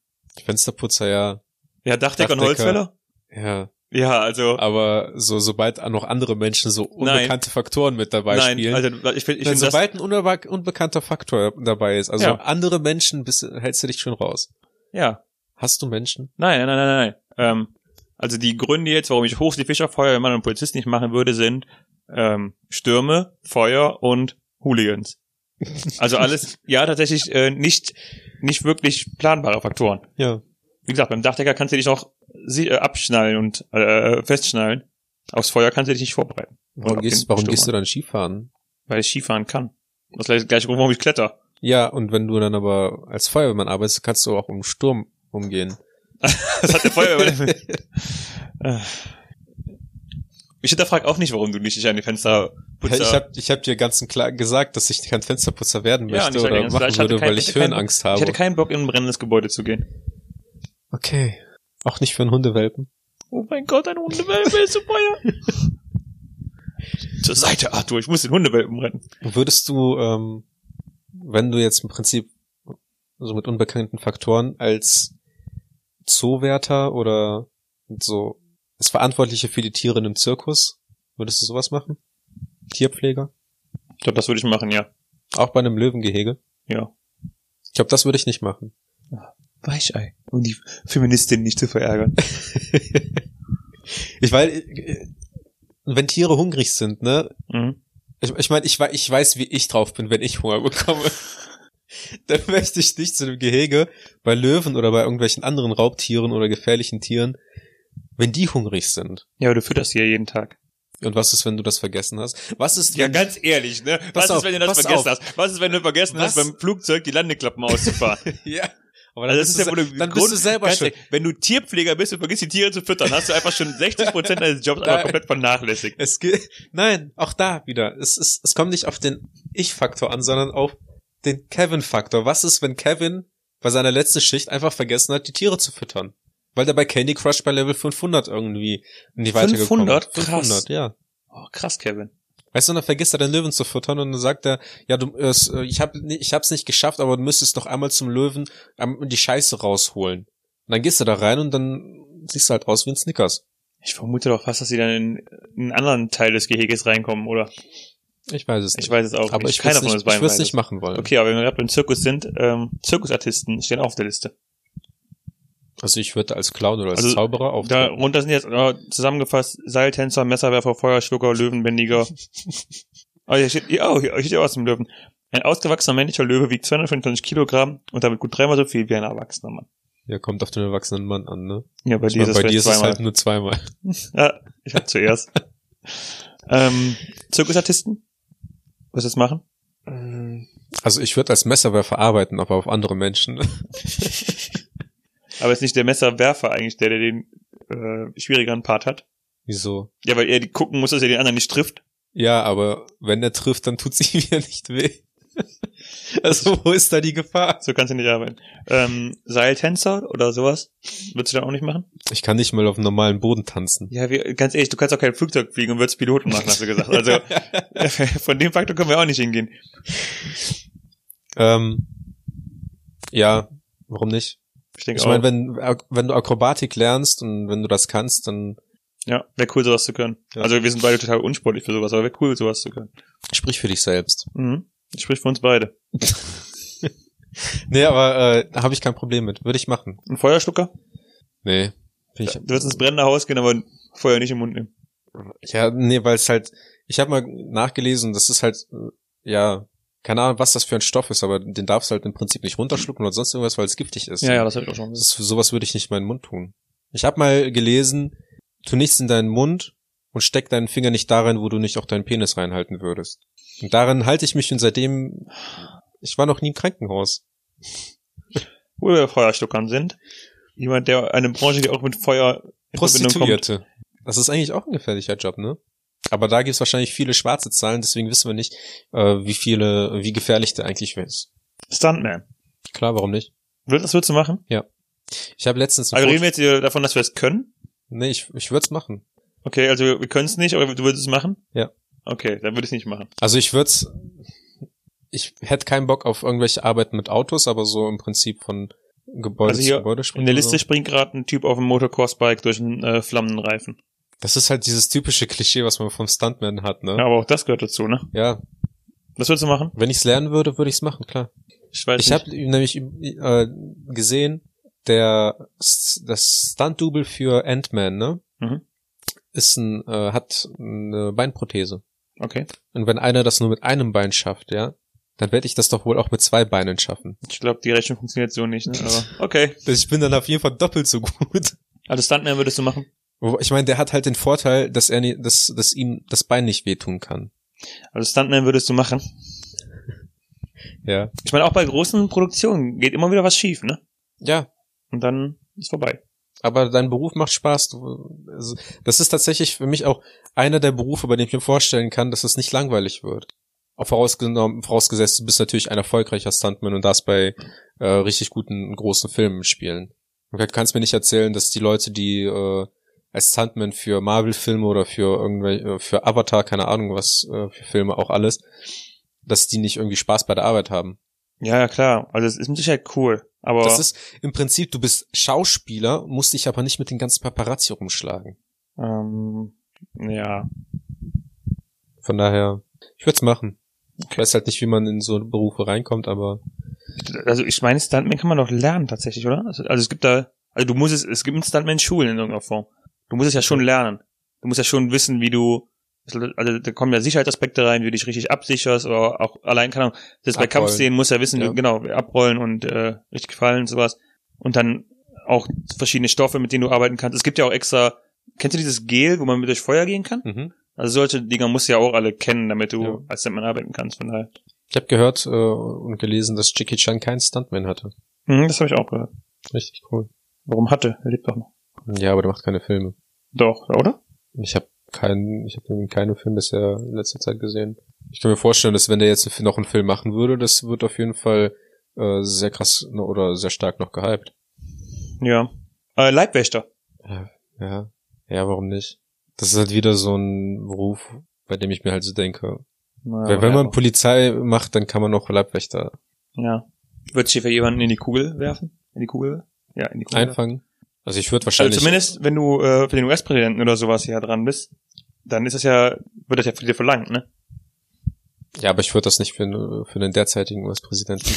Speaker 1: Fensterputzer, ja,
Speaker 2: Ja, Dachdecker, und
Speaker 1: Dachdecker.
Speaker 2: Holzfäller?
Speaker 1: ja.
Speaker 2: Ja, also
Speaker 1: Aber so, sobald auch noch andere Menschen so
Speaker 2: Nein.
Speaker 1: unbekannte Faktoren mit dabei
Speaker 2: nein,
Speaker 1: spielen,
Speaker 2: also ich, find-
Speaker 1: Wenn
Speaker 2: ich finde das
Speaker 1: sobald ein unbe- unbekannter Faktor dabei ist, also
Speaker 2: Ja.
Speaker 1: andere Menschen, bist, du- hältst du dich schon raus.
Speaker 2: ja,
Speaker 1: Hast du Menschen?
Speaker 2: Nein, nein, nein, nein, nein. Ähm, also die Gründe jetzt, warum ich Hochsee Fischer, Feuerwehrmann und Polizist nicht machen würde, sind ähm, Stürme, Feuer und Hooligans. Also alles, ja, tatsächlich äh, nicht, nicht wirklich planbare Faktoren.
Speaker 1: Ja.
Speaker 2: Wie gesagt, beim Dachdecker kannst du dich auch sie äh, abschnallen und äh, festschnallen. Aufs Feuer kannst du dich nicht vorbereiten,
Speaker 1: Warum,
Speaker 2: Oder
Speaker 1: gehst,
Speaker 2: den
Speaker 1: warum
Speaker 2: Sturm
Speaker 1: gehst du dann Skifahren?
Speaker 2: weil ich Skifahren kann. Das ist gleich Grund, warum ich kletter.
Speaker 1: Ja, und wenn du dann aber als Feuerwehrmann arbeitest, kannst du auch um Sturm umgehen.
Speaker 2: Das hat der Feuerwehrmann. Äh. ich hinterfrag auch nicht, warum du nicht dich an die Fenster
Speaker 1: Ja, ich habe ich hab dir ganz klar gesagt, dass ich kein Fensterputzer werden
Speaker 2: Ja, und
Speaker 1: möchte
Speaker 2: ich sag dir
Speaker 1: oder
Speaker 2: ganz
Speaker 1: machen
Speaker 2: klar, ich hatte
Speaker 1: würde,
Speaker 2: kein-
Speaker 1: weil
Speaker 2: hatte
Speaker 1: ich
Speaker 2: kein-
Speaker 1: Höhenangst
Speaker 2: Ich hätte
Speaker 1: habe.
Speaker 2: keinen Bock, in ein brennendes Gebäude zu gehen.
Speaker 1: Okay. Auch nicht für einen Hundewelpen.
Speaker 2: Oh mein Gott, ein Hundewelpe ist so teuer. Zur Seite, Arthur, ich muss den Hundewelpen retten.
Speaker 1: Würdest du, ähm, wenn du jetzt im Prinzip so mit unbekannten Faktoren als Zoowärter oder so als Verantwortliche für die Tiere in einem Zirkus, würdest du sowas machen? Tierpfleger?
Speaker 2: Ich glaube, das würde ich machen, ja.
Speaker 1: Auch bei einem Löwengehege?
Speaker 2: Ja.
Speaker 1: Ich glaube, das würde ich nicht machen.
Speaker 2: Weichei. Um die Feministin nicht zu verärgern.
Speaker 1: Ich weil, äh, wenn Tiere hungrig sind, ne?
Speaker 2: Mhm.
Speaker 1: Ich, ich meine, ich, wei- ich weiß, wie ich drauf bin, wenn ich Hunger bekomme. Dann möchte ich nicht zu einem Gehege bei Löwen oder bei irgendwelchen anderen Raubtieren oder gefährlichen Tieren, wenn die hungrig sind.
Speaker 2: Ja, aber du fütterst sie ja jeden Tag.
Speaker 1: Und was ist, wenn du das vergessen hast? Was ist,
Speaker 2: Ja,
Speaker 1: wenn-
Speaker 2: ganz ehrlich, ne?
Speaker 1: Pass
Speaker 2: was
Speaker 1: auf,
Speaker 2: ist, wenn du das
Speaker 1: pass
Speaker 2: vergessen
Speaker 1: auf.
Speaker 2: hast? Was ist, wenn du vergessen hast,
Speaker 1: Was?
Speaker 2: beim Flugzeug die Landeklappen auszufahren?
Speaker 1: ja. Aber dann,
Speaker 2: Also das ist
Speaker 1: bist,
Speaker 2: ja
Speaker 1: du,
Speaker 2: wohl
Speaker 1: se-
Speaker 2: der
Speaker 1: dann
Speaker 2: Grund,
Speaker 1: bist du selber
Speaker 2: ganz
Speaker 1: schuld.
Speaker 2: ehrlich, Wenn du Tierpfleger bist und vergisst, die Tiere zu füttern, hast du einfach schon 60% deines Jobs einfach
Speaker 1: Nein.
Speaker 2: komplett vernachlässigt.
Speaker 1: Es geht, nein, auch da wieder. Es, es, es kommt nicht auf den Ich-Faktor an, sondern auf den Kevin-Faktor. Was ist, wenn Kevin bei seiner letzten Schicht einfach vergessen hat, die Tiere zu füttern? Weil der bei Candy Crush bei Level 500 irgendwie nicht weitergekommen
Speaker 2: 500? Krass.
Speaker 1: 500, ja.
Speaker 2: Oh, krass, Kevin.
Speaker 1: Weißt du, und dann vergisst er den Löwen zu füttern und dann sagt er, ja, du, äh, es, äh, ich habe ich hab's nicht geschafft, aber du müsstest doch einmal zum Löwen ähm, die Scheiße rausholen. Und dann gehst du da rein und dann siehst du halt aus wie ein Snickers.
Speaker 2: Ich vermute doch fast, dass sie dann in, in einen anderen Teil des Geheges reinkommen, oder?
Speaker 1: Ich weiß es nicht.
Speaker 2: Ich weiß es auch
Speaker 1: aber
Speaker 2: nicht.
Speaker 1: ich würde es nicht, ich würd's
Speaker 2: weiß
Speaker 1: nicht
Speaker 2: es.
Speaker 1: machen wollen.
Speaker 2: Okay, aber wenn wir gerade beim Zirkus sind, ähm, Zirkusartisten stehen auch auf der Liste.
Speaker 1: Also ich würde als Clown oder als
Speaker 2: Also,
Speaker 1: Zauberer auf.
Speaker 2: Darunter sind jetzt äh, zusammengefasst Seiltänzer, Messerwerfer, Feuerschlucker, Löwenbändiger. oh, hier steht, ja, oh, hier steht auch was zum Löwen. Ein ausgewachsener männlicher Löwe wiegt 225 Kilogramm und damit gut dreimal so viel wie ein erwachsener Mann.
Speaker 1: Ja, kommt auf den erwachsenen Mann an, ne?
Speaker 2: Ja, bei
Speaker 1: Ich
Speaker 2: dir
Speaker 1: meine,
Speaker 2: ist es
Speaker 1: bei dir ist
Speaker 2: vielleicht
Speaker 1: es
Speaker 2: zweimal.
Speaker 1: halt nur zweimal.
Speaker 2: Ja, ich hab zuerst. ähm, Zirkusartisten? Was jetzt machen? Ähm.
Speaker 1: Also ich würde als Messerwerfer arbeiten, aber auf andere Menschen.
Speaker 2: Aber ist nicht der Messerwerfer eigentlich, der, der den äh, schwierigeren Part hat.
Speaker 1: Wieso?
Speaker 2: Ja, weil er die gucken muss, dass er den anderen nicht trifft.
Speaker 1: Ja, aber wenn er trifft, dann tut's ihm ja nicht weh. Also wo ist da die Gefahr?
Speaker 2: So kannst du nicht arbeiten. Ähm, Seiltänzer oder sowas? Würdest du dann auch nicht machen?
Speaker 1: Ich kann nicht mal auf dem normalen Boden tanzen.
Speaker 2: Ja, wir, ganz ehrlich, du kannst auch kein Flugzeug fliegen und würdest Piloten machen, hast du gesagt. Also von dem Faktor können wir auch nicht hingehen.
Speaker 1: Ähm, ja, warum nicht?
Speaker 2: Ich denke
Speaker 1: Ich
Speaker 2: auch.
Speaker 1: meine, wenn, wenn du Akrobatik lernst und wenn du das kannst, dann
Speaker 2: ja, wäre cool, sowas zu können.
Speaker 1: Ja.
Speaker 2: Also wir sind beide total unsportlich für sowas, aber wäre cool, sowas zu können.
Speaker 1: sprich für dich selbst.
Speaker 2: Mhm. Ich sprich für uns beide.
Speaker 1: Nee, aber äh, da habe ich kein Problem mit. Würde ich machen.
Speaker 2: Ein Feuerschlucker?
Speaker 1: Nee. Bin ich,
Speaker 2: Du wirst ins brennende Haus gehen, aber Feuer nicht im Mund nehmen.
Speaker 1: Ja, nee, weil es halt, ich habe mal nachgelesen, das ist halt, äh, ja, keine Ahnung, was das für ein Stoff ist, aber den darfst du halt im Prinzip nicht runterschlucken oder sonst irgendwas, weil es giftig ist.
Speaker 2: Ja, ja, das habe ich auch schon
Speaker 1: Das
Speaker 2: gesehen.
Speaker 1: ist, sowas würde ich nicht in meinen Mund tun. Ich habe mal gelesen, tu nichts in deinen Mund und steck deinen Finger nicht da rein, wo du nicht auch deinen Penis reinhalten würdest. Und daran halte ich mich und seitdem, ich war noch nie im Krankenhaus.
Speaker 2: Wo wir bei Feuerschluckern sind. Jemand, der eine Branche, die auch mit Feuer in Verbindung kommt.
Speaker 1: Prostituierte. Das ist eigentlich auch ein gefährlicher Job, ne? Aber da gibt's wahrscheinlich viele schwarze Zahlen, deswegen wissen wir nicht, äh, wie viele, wie gefährlich der eigentlich ist.
Speaker 2: Stuntman.
Speaker 1: Klar, warum nicht?
Speaker 2: Wird das würdest du machen?
Speaker 1: Ich habe letztens ein
Speaker 2: Also
Speaker 1: Foto-
Speaker 2: reden wir jetzt hier davon, dass wir es können?
Speaker 1: Nee, ich, ich würde es machen.
Speaker 2: Okay, also wir können es nicht, aber du würdest es machen?
Speaker 1: Ja.
Speaker 2: Okay, dann würde ich es nicht machen.
Speaker 1: Also ich würde es. Ich hätte keinen Bock auf irgendwelche Arbeiten mit Autos, aber so im Prinzip von Gebäude
Speaker 2: Also
Speaker 1: zu
Speaker 2: hier
Speaker 1: Gebäude springen.
Speaker 2: In der
Speaker 1: oder
Speaker 2: Liste
Speaker 1: So.
Speaker 2: springt gerade ein Typ auf dem Motocross-Bike durch einen äh, flammenden Reifen.
Speaker 1: Das ist halt dieses typische Klischee, was man vom Stuntman hat,
Speaker 2: Ja,
Speaker 1: ne?
Speaker 2: aber auch das gehört dazu, ne?
Speaker 1: Ja.
Speaker 2: Was würdest du machen?
Speaker 1: Wenn ich's lernen würde, würde ich's machen, klar.
Speaker 2: Ich weiß
Speaker 1: Ich
Speaker 2: nicht.
Speaker 1: habe nämlich äh, gesehen, der das Stunt-Double für Ant-Man, ne?
Speaker 2: Mhm.
Speaker 1: Ist ein, äh, hat eine Beinprothese.
Speaker 2: Okay.
Speaker 1: Und wenn einer das nur mit einem Bein schafft, ja, dann werde ich das doch wohl auch mit zwei Beinen schaffen. Also
Speaker 2: Ich glaube, die Rechnung funktioniert so nicht, ne? Aber okay.
Speaker 1: Ich bin dann auf jeden Fall doppelt so gut.
Speaker 2: Also Stuntman würdest du machen?
Speaker 1: Wobei, Ich meine, der hat halt den Vorteil, dass er nie, dass, dass ihm das Bein nicht wehtun kann.
Speaker 2: Also Stuntman würdest du machen?
Speaker 1: Ja.
Speaker 2: Ich meine, auch bei großen Produktionen geht immer wieder was schief, ne?
Speaker 1: Ja,
Speaker 2: Und dann ist vorbei.
Speaker 1: aber dein Beruf macht Spaß. Du, also, das ist tatsächlich für mich auch einer der Berufe, bei dem ich mir vorstellen kann, dass es nicht langweilig wird. Auch vorausgenommen, vorausgesetzt, du bist natürlich ein erfolgreicher Stuntman und das bei äh, richtig guten großen Filmen spielen. Du kannst mir nicht erzählen, dass die Leute, die äh, als Stuntman für Marvel-Filme oder für irgendwelche, äh, für Avatar, keine Ahnung was, äh, für Filme auch alles, dass die nicht irgendwie Spaß bei der Arbeit haben.
Speaker 2: Ja, ja, klar. Also es ist mit Sicherheit cool. Aber
Speaker 1: Das ist im Prinzip, du bist Schauspieler, musst dich aber nicht mit den ganzen Paparazzi rumschlagen.
Speaker 2: ähm, ja.
Speaker 1: Von daher, ich würde es machen. Ich weiß halt nicht, wie man in so Berufe reinkommt, aber
Speaker 2: Also ich meine, Stuntman kann man doch lernen tatsächlich, oder? Also, also es gibt da, also du musst es, es gibt einen Stuntman Schulen in irgendeiner Form. Du musst es ja schon lernen. Du musst ja schon wissen, wie du, also da kommen ja Sicherheitsaspekte rein, wie du dich richtig absicherst oder auch allein, keine Ahnung, das bei
Speaker 1: Abrollen.
Speaker 2: Kampfszenen musst du ja wissen,
Speaker 1: Ja.
Speaker 2: wie- genau, abrollen und äh, richtig fallen und sowas. Und dann auch verschiedene Stoffe, mit denen du arbeiten kannst. Es gibt ja auch extra, kennst du dieses Gel, wo man mit durch Feuer gehen kann?
Speaker 1: mhm.
Speaker 2: Also solche Dinger musst du ja auch alle kennen, damit du
Speaker 1: Ja.
Speaker 2: als Stuntman arbeiten kannst. Von daher.
Speaker 1: ich habe gehört äh, und gelesen, dass Jackie Chan keinen Stuntman hatte.
Speaker 2: Hm, das habe ich auch gehört.
Speaker 1: Richtig cool.
Speaker 2: Warum hatte? Er lebt doch noch.
Speaker 1: Ja, aber der macht keine Filme.
Speaker 2: Doch, oder?
Speaker 1: Ich habe keinen, ich habe keine Filme bisher in letzter Zeit gesehen. Ich kann mir vorstellen, dass wenn der jetzt noch einen Film machen würde, das wird auf jeden Fall äh, sehr krass ne, oder sehr stark noch gehypt.
Speaker 2: Ja. Äh, Leibwächter.
Speaker 1: Ja, ja, warum nicht? Das ist halt wieder so ein Beruf, bei dem ich mir halt so denke,
Speaker 2: Naja,
Speaker 1: Weil wenn man Polizei macht, dann kann man auch Leibwächter
Speaker 2: Ja. Würdest du hier für jemanden in die Kugel werfen? In die Kugel? Ja, in die Kugel.
Speaker 1: einfangen. Also ich würde wahrscheinlich.
Speaker 2: also zumindest, wenn du äh, für den US-Präsidenten oder sowas hier dran bist, dann ist das ja, wird das ja von dir verlangt, ne?
Speaker 1: ja, aber ich würde das nicht für, den- für den derzeitigen US-Präsidenten.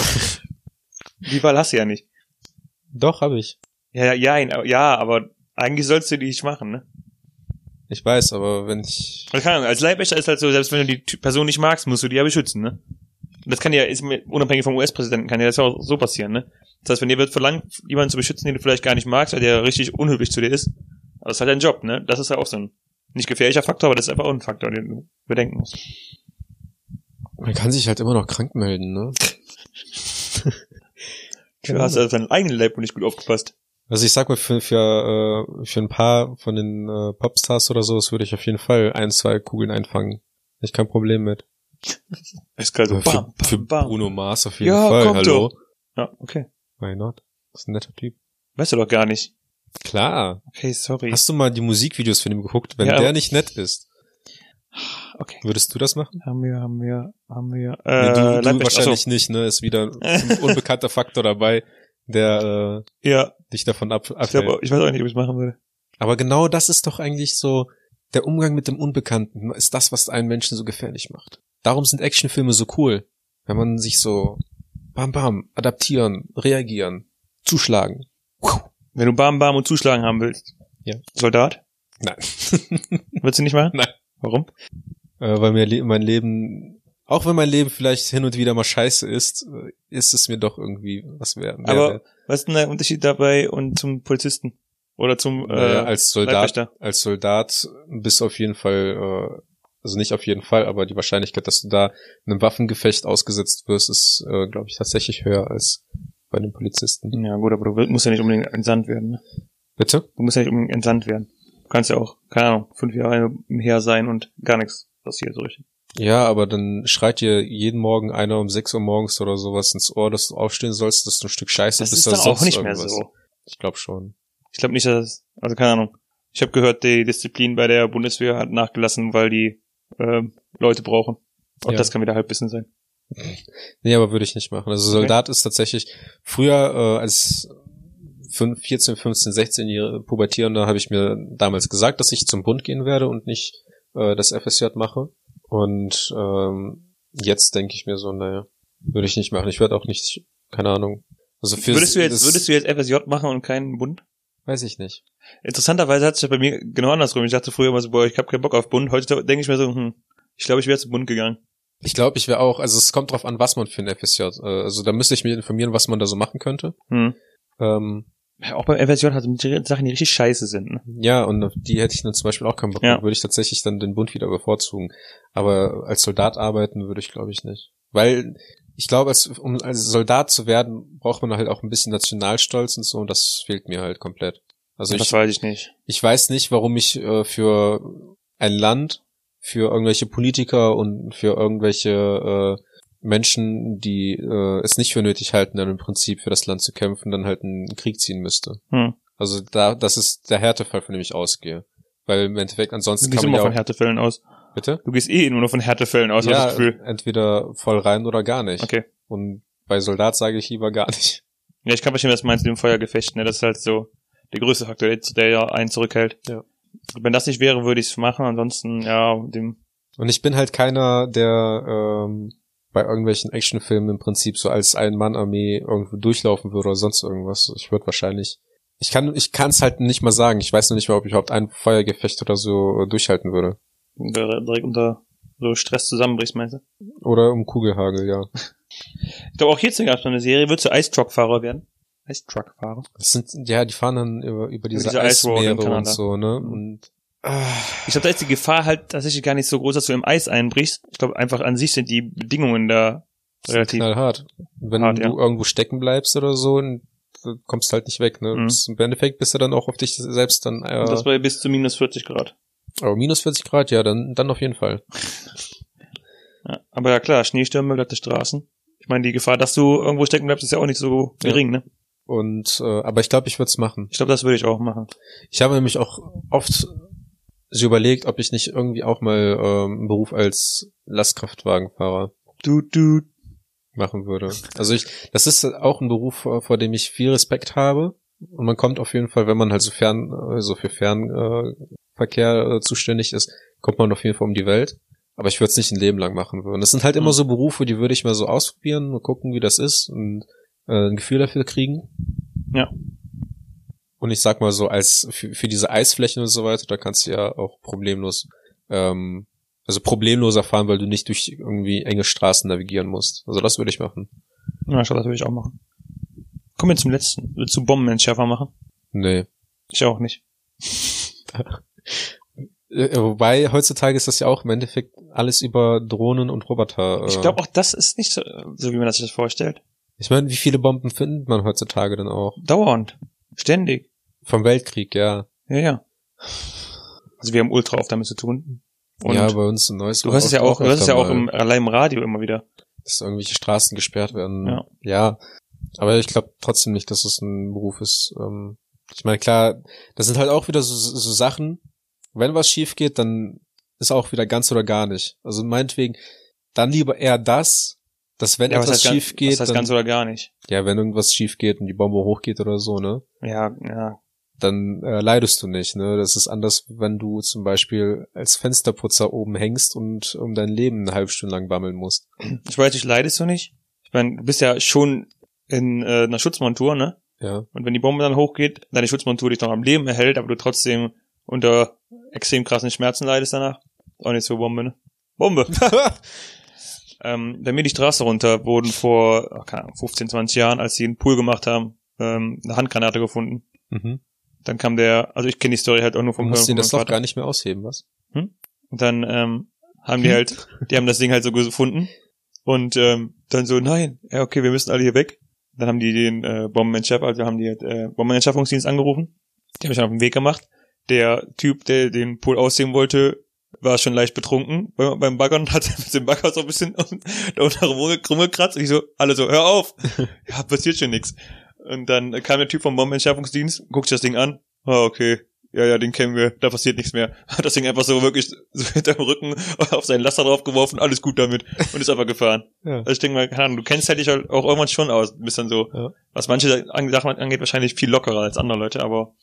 Speaker 2: Die Wahl hast du ja nicht.
Speaker 1: Doch, habe ich.
Speaker 2: Ja, ja, jein, aber- ja, aber eigentlich sollst du die nicht machen, ne?
Speaker 1: Ich weiß, aber wenn ich.
Speaker 2: Also keine Ahnung, als Leibwächter ist halt so, selbst wenn du die Ty- Person nicht magst, musst du die ja beschützen, ne? Und Das kann ja, ist mir, unabhängig vom US-Präsidenten, kann ja das ja auch so passieren, ne? Das heißt, wenn dir wird verlangt, jemanden zu beschützen, den du vielleicht gar nicht magst, weil der richtig unhöflich zu dir ist, aber das ist halt dein Job, ne? Das ist ja auch so ein nicht gefährlicher Faktor, aber das ist einfach auch ein Faktor, den du bedenken musst.
Speaker 1: Man kann sich halt immer noch krank melden, ne?
Speaker 2: Du hast also auf deinen eigenen Leib nicht gut aufgepasst.
Speaker 1: Also ich sag mal, für, für, äh, für ein paar von den äh, Popstars oder so, das würde ich auf jeden Fall ein, zwei Kugeln einfangen. Hätte ich kein Problem mit.
Speaker 2: Es kann so
Speaker 1: Aber für,
Speaker 2: Also bam, bam,
Speaker 1: für
Speaker 2: bam.
Speaker 1: Bruno Mars auf jeden
Speaker 2: Ja,
Speaker 1: Fall.
Speaker 2: kommt
Speaker 1: Hallo.
Speaker 2: Ja, okay.
Speaker 1: Why not? Das ist ein netter Typ.
Speaker 2: Weißt du doch gar nicht.
Speaker 1: Klar.
Speaker 2: Okay, sorry.
Speaker 1: Hast du mal die Musikvideos von ihm geguckt? Wenn
Speaker 2: Ja,
Speaker 1: der
Speaker 2: aber-
Speaker 1: nicht nett ist,
Speaker 2: okay.
Speaker 1: würdest du das machen?
Speaker 2: Haben wir, haben wir, haben wir.
Speaker 1: Nee, du
Speaker 2: Äh,
Speaker 1: du
Speaker 2: Leibwächter,
Speaker 1: wahrscheinlich nicht, ne? Ist wieder ein unbekannter Faktor dabei, der äh,
Speaker 2: achso. Ja,
Speaker 1: dich davon ab
Speaker 2: ich, glaub,
Speaker 1: abhält.
Speaker 2: ich weiß auch nicht, ob ich es machen würde.
Speaker 1: Aber genau das ist doch eigentlich so, der Umgang mit dem Unbekannten ist das, was einen Menschen so gefährlich macht. Darum sind Actionfilme so cool, wenn man sich so bam bam adaptieren, reagieren, zuschlagen.
Speaker 2: Wenn du Bam Bam und zuschlagen haben willst.
Speaker 1: Ja.
Speaker 2: Soldat?
Speaker 1: Nein.
Speaker 2: Willst du nicht machen?
Speaker 1: Nein.
Speaker 2: Warum?
Speaker 1: Äh, weil mir le mein Leben, auch wenn mein Leben vielleicht hin und wieder mal scheiße ist, äh, ist es mir doch irgendwie was wert. mehr
Speaker 2: Aber
Speaker 1: wert.
Speaker 2: was ist denn der Unterschied dabei und zum Polizisten? Oder zum äh,
Speaker 1: Naja, als Soldat,
Speaker 2: Leibwächter?
Speaker 1: als Soldat bist du auf jeden Fall, äh, also nicht auf jeden Fall, aber die Wahrscheinlichkeit, dass du da einem Waffengefecht ausgesetzt wirst, ist, äh, glaube ich, tatsächlich höher als bei einem Polizisten.
Speaker 2: Ja gut, aber du will- musst ja nicht unbedingt entsandt werden. Ne?
Speaker 1: Bitte?
Speaker 2: Du musst ja nicht unbedingt entsandt werden. Du kannst ja auch, keine Ahnung, fünf Jahre im Heer sein und gar nichts passiert so richtig.
Speaker 1: Ja, aber dann schreit dir jeden Morgen einer um 6 Uhr morgens oder sowas ins Ohr, dass du aufstehen sollst, dass du ein Stück scheiße
Speaker 2: Das
Speaker 1: bist.
Speaker 2: ist
Speaker 1: oder
Speaker 2: dann auch
Speaker 1: sonst
Speaker 2: nicht mehr
Speaker 1: irgendwas.
Speaker 2: so.
Speaker 1: Ich glaube schon.
Speaker 2: Ich glaube nicht, dass, also keine Ahnung. Ich habe gehört, die Disziplin bei der Bundeswehr hat nachgelassen, weil die ähm, Leute brauchen. Auch
Speaker 1: Ja.
Speaker 2: das kann wieder Halbwissen sein.
Speaker 1: Nee, aber würde ich nicht machen. Also
Speaker 2: Okay.
Speaker 1: Soldat ist tatsächlich früher äh, als fünf- 14, 15, 16 Jahre Pubertierender habe ich mir damals gesagt, dass ich zum Bund gehen werde und nicht äh, das FSJ mache. Und ähm, jetzt denke ich mir so, naja, würde ich nicht machen. Ich werde auch nicht, keine Ahnung. Also für
Speaker 2: Würdest du jetzt,
Speaker 1: das-
Speaker 2: würdest du jetzt FSJ machen und keinen Bund?
Speaker 1: weiß ich nicht.
Speaker 2: Interessanterweise hat sich das bei mir genau andersrum. Ich dachte früher immer so, boah, ich habe keinen Bock auf Bund. Heute denke ich mir so, hm, ich glaube, ich wäre zum Bund gegangen.
Speaker 1: Ich glaube, ich wäre auch, also es kommt drauf an, was man für ein FSJ. Äh, also da müsste ich mir informieren, was man da so machen könnte.
Speaker 2: Hm.
Speaker 1: Ähm,
Speaker 2: Auch beim FSJ hat es Sachen, die richtig scheiße sind. Ne?
Speaker 1: Ja, und auf die hätte ich dann zum Beispiel auch keinen Bock.
Speaker 2: Ja.
Speaker 1: Ja. Würde ich tatsächlich dann den Bund wieder bevorzugen. Aber als Soldat arbeiten würde ich, glaube ich, nicht. Weil ich glaube, als, um als Soldat zu werden, braucht man halt auch ein bisschen Nationalstolz und so. Und das fehlt mir halt komplett. Also
Speaker 2: das
Speaker 1: ich,
Speaker 2: weiß ich nicht.
Speaker 1: ich weiß nicht, warum ich äh, für ein Land, für irgendwelche Politiker und für irgendwelche äh, Menschen, die äh, es nicht für nötig halten, dann im Prinzip für das Land zu kämpfen, dann halt einen Krieg ziehen müsste.
Speaker 2: Hm.
Speaker 1: Also da, das ist der Härtefall, von dem ich ausgehe. Weil im Endeffekt
Speaker 2: Du
Speaker 1: ansonsten
Speaker 2: gehst
Speaker 1: kann
Speaker 2: immer
Speaker 1: man
Speaker 2: von
Speaker 1: ja auch,
Speaker 2: Härtefällen aus.
Speaker 1: bitte?
Speaker 2: Du gehst eh immer nur von Härtefällen aus, ja,
Speaker 1: Ja,
Speaker 2: das Gefühl.
Speaker 1: entweder voll rein oder gar nicht.
Speaker 2: Okay.
Speaker 1: Und bei Soldat sage ich lieber gar nicht.
Speaker 2: Ja, ich kann verstehen, was du meinst mit dem Feuergefecht. Ne? Das ist halt so der größte Faktor, der, der ja einen zurückhält.
Speaker 1: Ja.
Speaker 2: Wenn das nicht wäre, würde ich es machen. Ansonsten, ja, dem,
Speaker 1: Und ich bin halt keiner, der ähm, bei irgendwelchen Actionfilmen im Prinzip so als Ein-Mann-Armee irgendwo durchlaufen würde oder sonst irgendwas. Ich würde wahrscheinlich. Ich kann ich kann es halt nicht mal sagen. Ich weiß noch nicht mal, ob ich überhaupt ein Feuergefecht oder so äh, durchhalten würde.
Speaker 2: der direkt unter so Stress zusammenbrichst, meinst du?
Speaker 1: Oder im Kugelhagel, ja.
Speaker 2: Ich glaube, auch hierzu gab es noch eine Serie. Würdest du Ice Truck Fahrer werden? Ice Truck Fahrer?
Speaker 1: Das sind, ja, die fahren dann über, über diese,
Speaker 2: diese Mhm. Eisroad in
Speaker 1: Eismeere und
Speaker 2: Kanada.
Speaker 1: so, ne? Und
Speaker 2: Ich glaube, da ist die Gefahr halt tatsächlich gar nicht so groß, dass du im Eis einbrichst. Ich glaube, einfach an sich sind die Bedingungen da relativ.
Speaker 1: knallhart. Wenn
Speaker 2: Hart,
Speaker 1: du
Speaker 2: ja.
Speaker 1: irgendwo stecken bleibst oder so, dann kommst halt nicht weg, ne?
Speaker 2: Mhm.
Speaker 1: Bist- Im Endeffekt bist du dann auch auf dich selbst dann,
Speaker 2: Und das
Speaker 1: äh,
Speaker 2: bei bis zu minus 40 Grad.
Speaker 1: aber minus 40 Grad, ja, dann, dann auf jeden Fall.
Speaker 2: Ja. Aber ja klar, Schneestürme, glatte Straßen. Ich meine, die Gefahr, dass du irgendwo stecken bleibst, ist ja auch nicht so
Speaker 1: Ja.
Speaker 2: gering, ne?
Speaker 1: Und, äh, aber ich glaube, ich würde es machen.
Speaker 2: Ich glaube, das würde ich auch machen.
Speaker 1: Ich habe nämlich auch oft so überlegt, ob ich nicht irgendwie auch mal ähm, einen Beruf als Lastkraftwagenfahrer
Speaker 2: Du, du,
Speaker 1: machen würde. Also ich, das ist auch ein Beruf, äh, vor dem ich viel Respekt habe. Und man kommt auf jeden Fall, wenn man halt so fern, äh, so für Fernverkehr äh, Verkehr, äh, zuständig ist, kommt man auf jeden Fall um die Welt. Aber ich würde es nicht ein Leben lang machen würden. Das sind halt immer
Speaker 2: Mhm.
Speaker 1: so Berufe, die würde ich mal so ausprobieren und gucken, wie das ist und äh, ein Gefühl dafür kriegen.
Speaker 2: Ja.
Speaker 1: Und ich sag mal so, als für, für diese Eisflächen und so weiter, da kannst du ja auch problemlos ähm, also problemloser fahren, weil du nicht durch irgendwie enge Straßen navigieren musst. Also das würde ich machen.
Speaker 2: Ja, ich glaube, das würde ich auch machen. Kommen wir zum letzten. Willst du Bombenentschärfer machen?
Speaker 1: Nee.
Speaker 2: Ich auch nicht.
Speaker 1: Äh, Wobei, heutzutage ist das ja auch im Endeffekt alles über Drohnen und Roboter. Äh.
Speaker 2: Ich glaube auch, das ist nicht so, so, wie man das sich das vorstellt.
Speaker 1: Ich meine, wie viele Bomben findet man heutzutage denn auch?
Speaker 2: Dauernd. Ständig.
Speaker 1: Vom Weltkrieg, ja.
Speaker 2: Ja, ja. Also wir haben ultra oft damit zu tun. Und
Speaker 1: ja, bei uns ein neues
Speaker 2: du hörst es ja auch, du hörst es ja auch im, allein im Radio immer wieder.
Speaker 1: dass irgendwelche Straßen gesperrt werden.
Speaker 2: Ja.
Speaker 1: ja. Aber ich glaube trotzdem nicht, dass es ein Beruf ist. Ähm, ich meine, klar, das sind halt auch wieder so, so Sachen, wenn was schief geht, dann ist auch wieder ganz oder gar nicht. Also meinetwegen, dann lieber eher das, dass wenn
Speaker 2: Ja, was
Speaker 1: etwas
Speaker 2: heißt
Speaker 1: schief
Speaker 2: ganz,
Speaker 1: geht,
Speaker 2: Was heißt
Speaker 1: dann,
Speaker 2: ganz oder gar nicht?
Speaker 1: ja, wenn irgendwas schief geht und die Bombe hochgeht oder so, ne?
Speaker 2: Ja, ja.
Speaker 1: dann äh, leidest du nicht. Ne? Das ist anders, wenn du zum Beispiel als Fensterputzer oben hängst und um dein Leben eine halbe Stunde lang bammeln musst.
Speaker 2: Ich weiß nicht, leidest du nicht? Ich meine, du bist ja schon in äh, einer Schutzmontur, ne?
Speaker 1: Ja,
Speaker 2: Und wenn die Bombe dann hochgeht, deine Schutzmontur dich noch am Leben erhält, aber du trotzdem unter extrem krassen Schmerzen leidest danach. Auch nicht so Bombe, ne? Bombe! ähm, bei mir die Straße runter wurden vor ach, keine Ahnung, 15, 20 Jahren, als sie einen Pool gemacht haben, ähm, eine Handgranate gefunden.
Speaker 1: mhm.
Speaker 2: Dann kam der, also ich kenne die Story halt auch nur
Speaker 1: Du
Speaker 2: vom
Speaker 1: musst
Speaker 2: von
Speaker 1: ihn das
Speaker 2: meinem
Speaker 1: Loch gar nicht mehr ausheben, was?
Speaker 2: Und dann ähm, haben die halt, die haben das Ding halt so gefunden und ähm, dann so, nein, ja okay, wir müssen alle hier weg. Dann haben die den äh, Bombenentschärfer, also haben die äh, Bombenentschärfungsdienst angerufen. Die haben mich dann auf den Weg gemacht. Der Typ, der den Pool aussehen wollte, war schon leicht betrunken beim, beim Baggern und hat mit dem Bagger so ein bisschen um, da unten rum- rumgekratzt. Und ich so, alle so, hör auf, ja, passiert schon nichts. Und dann kam der Typ vom Bombenentschärfungsdienst, guckt sich das Ding an, ah, okay, ja, ja, den kennen wir, da passiert nichts mehr. Hat das Ding einfach so wirklich so hinterm Rücken auf seinen Laster draufgeworfen, alles gut damit und ist einfach gefahren.
Speaker 1: Ja.
Speaker 2: Also ich denke mal, keine Ahnung, du kennst halt dich halt auch irgendwann schon aus, Du bist dann so,
Speaker 1: Ja.
Speaker 2: was manche an- Sachen angeht, wahrscheinlich viel lockerer als andere Leute, aber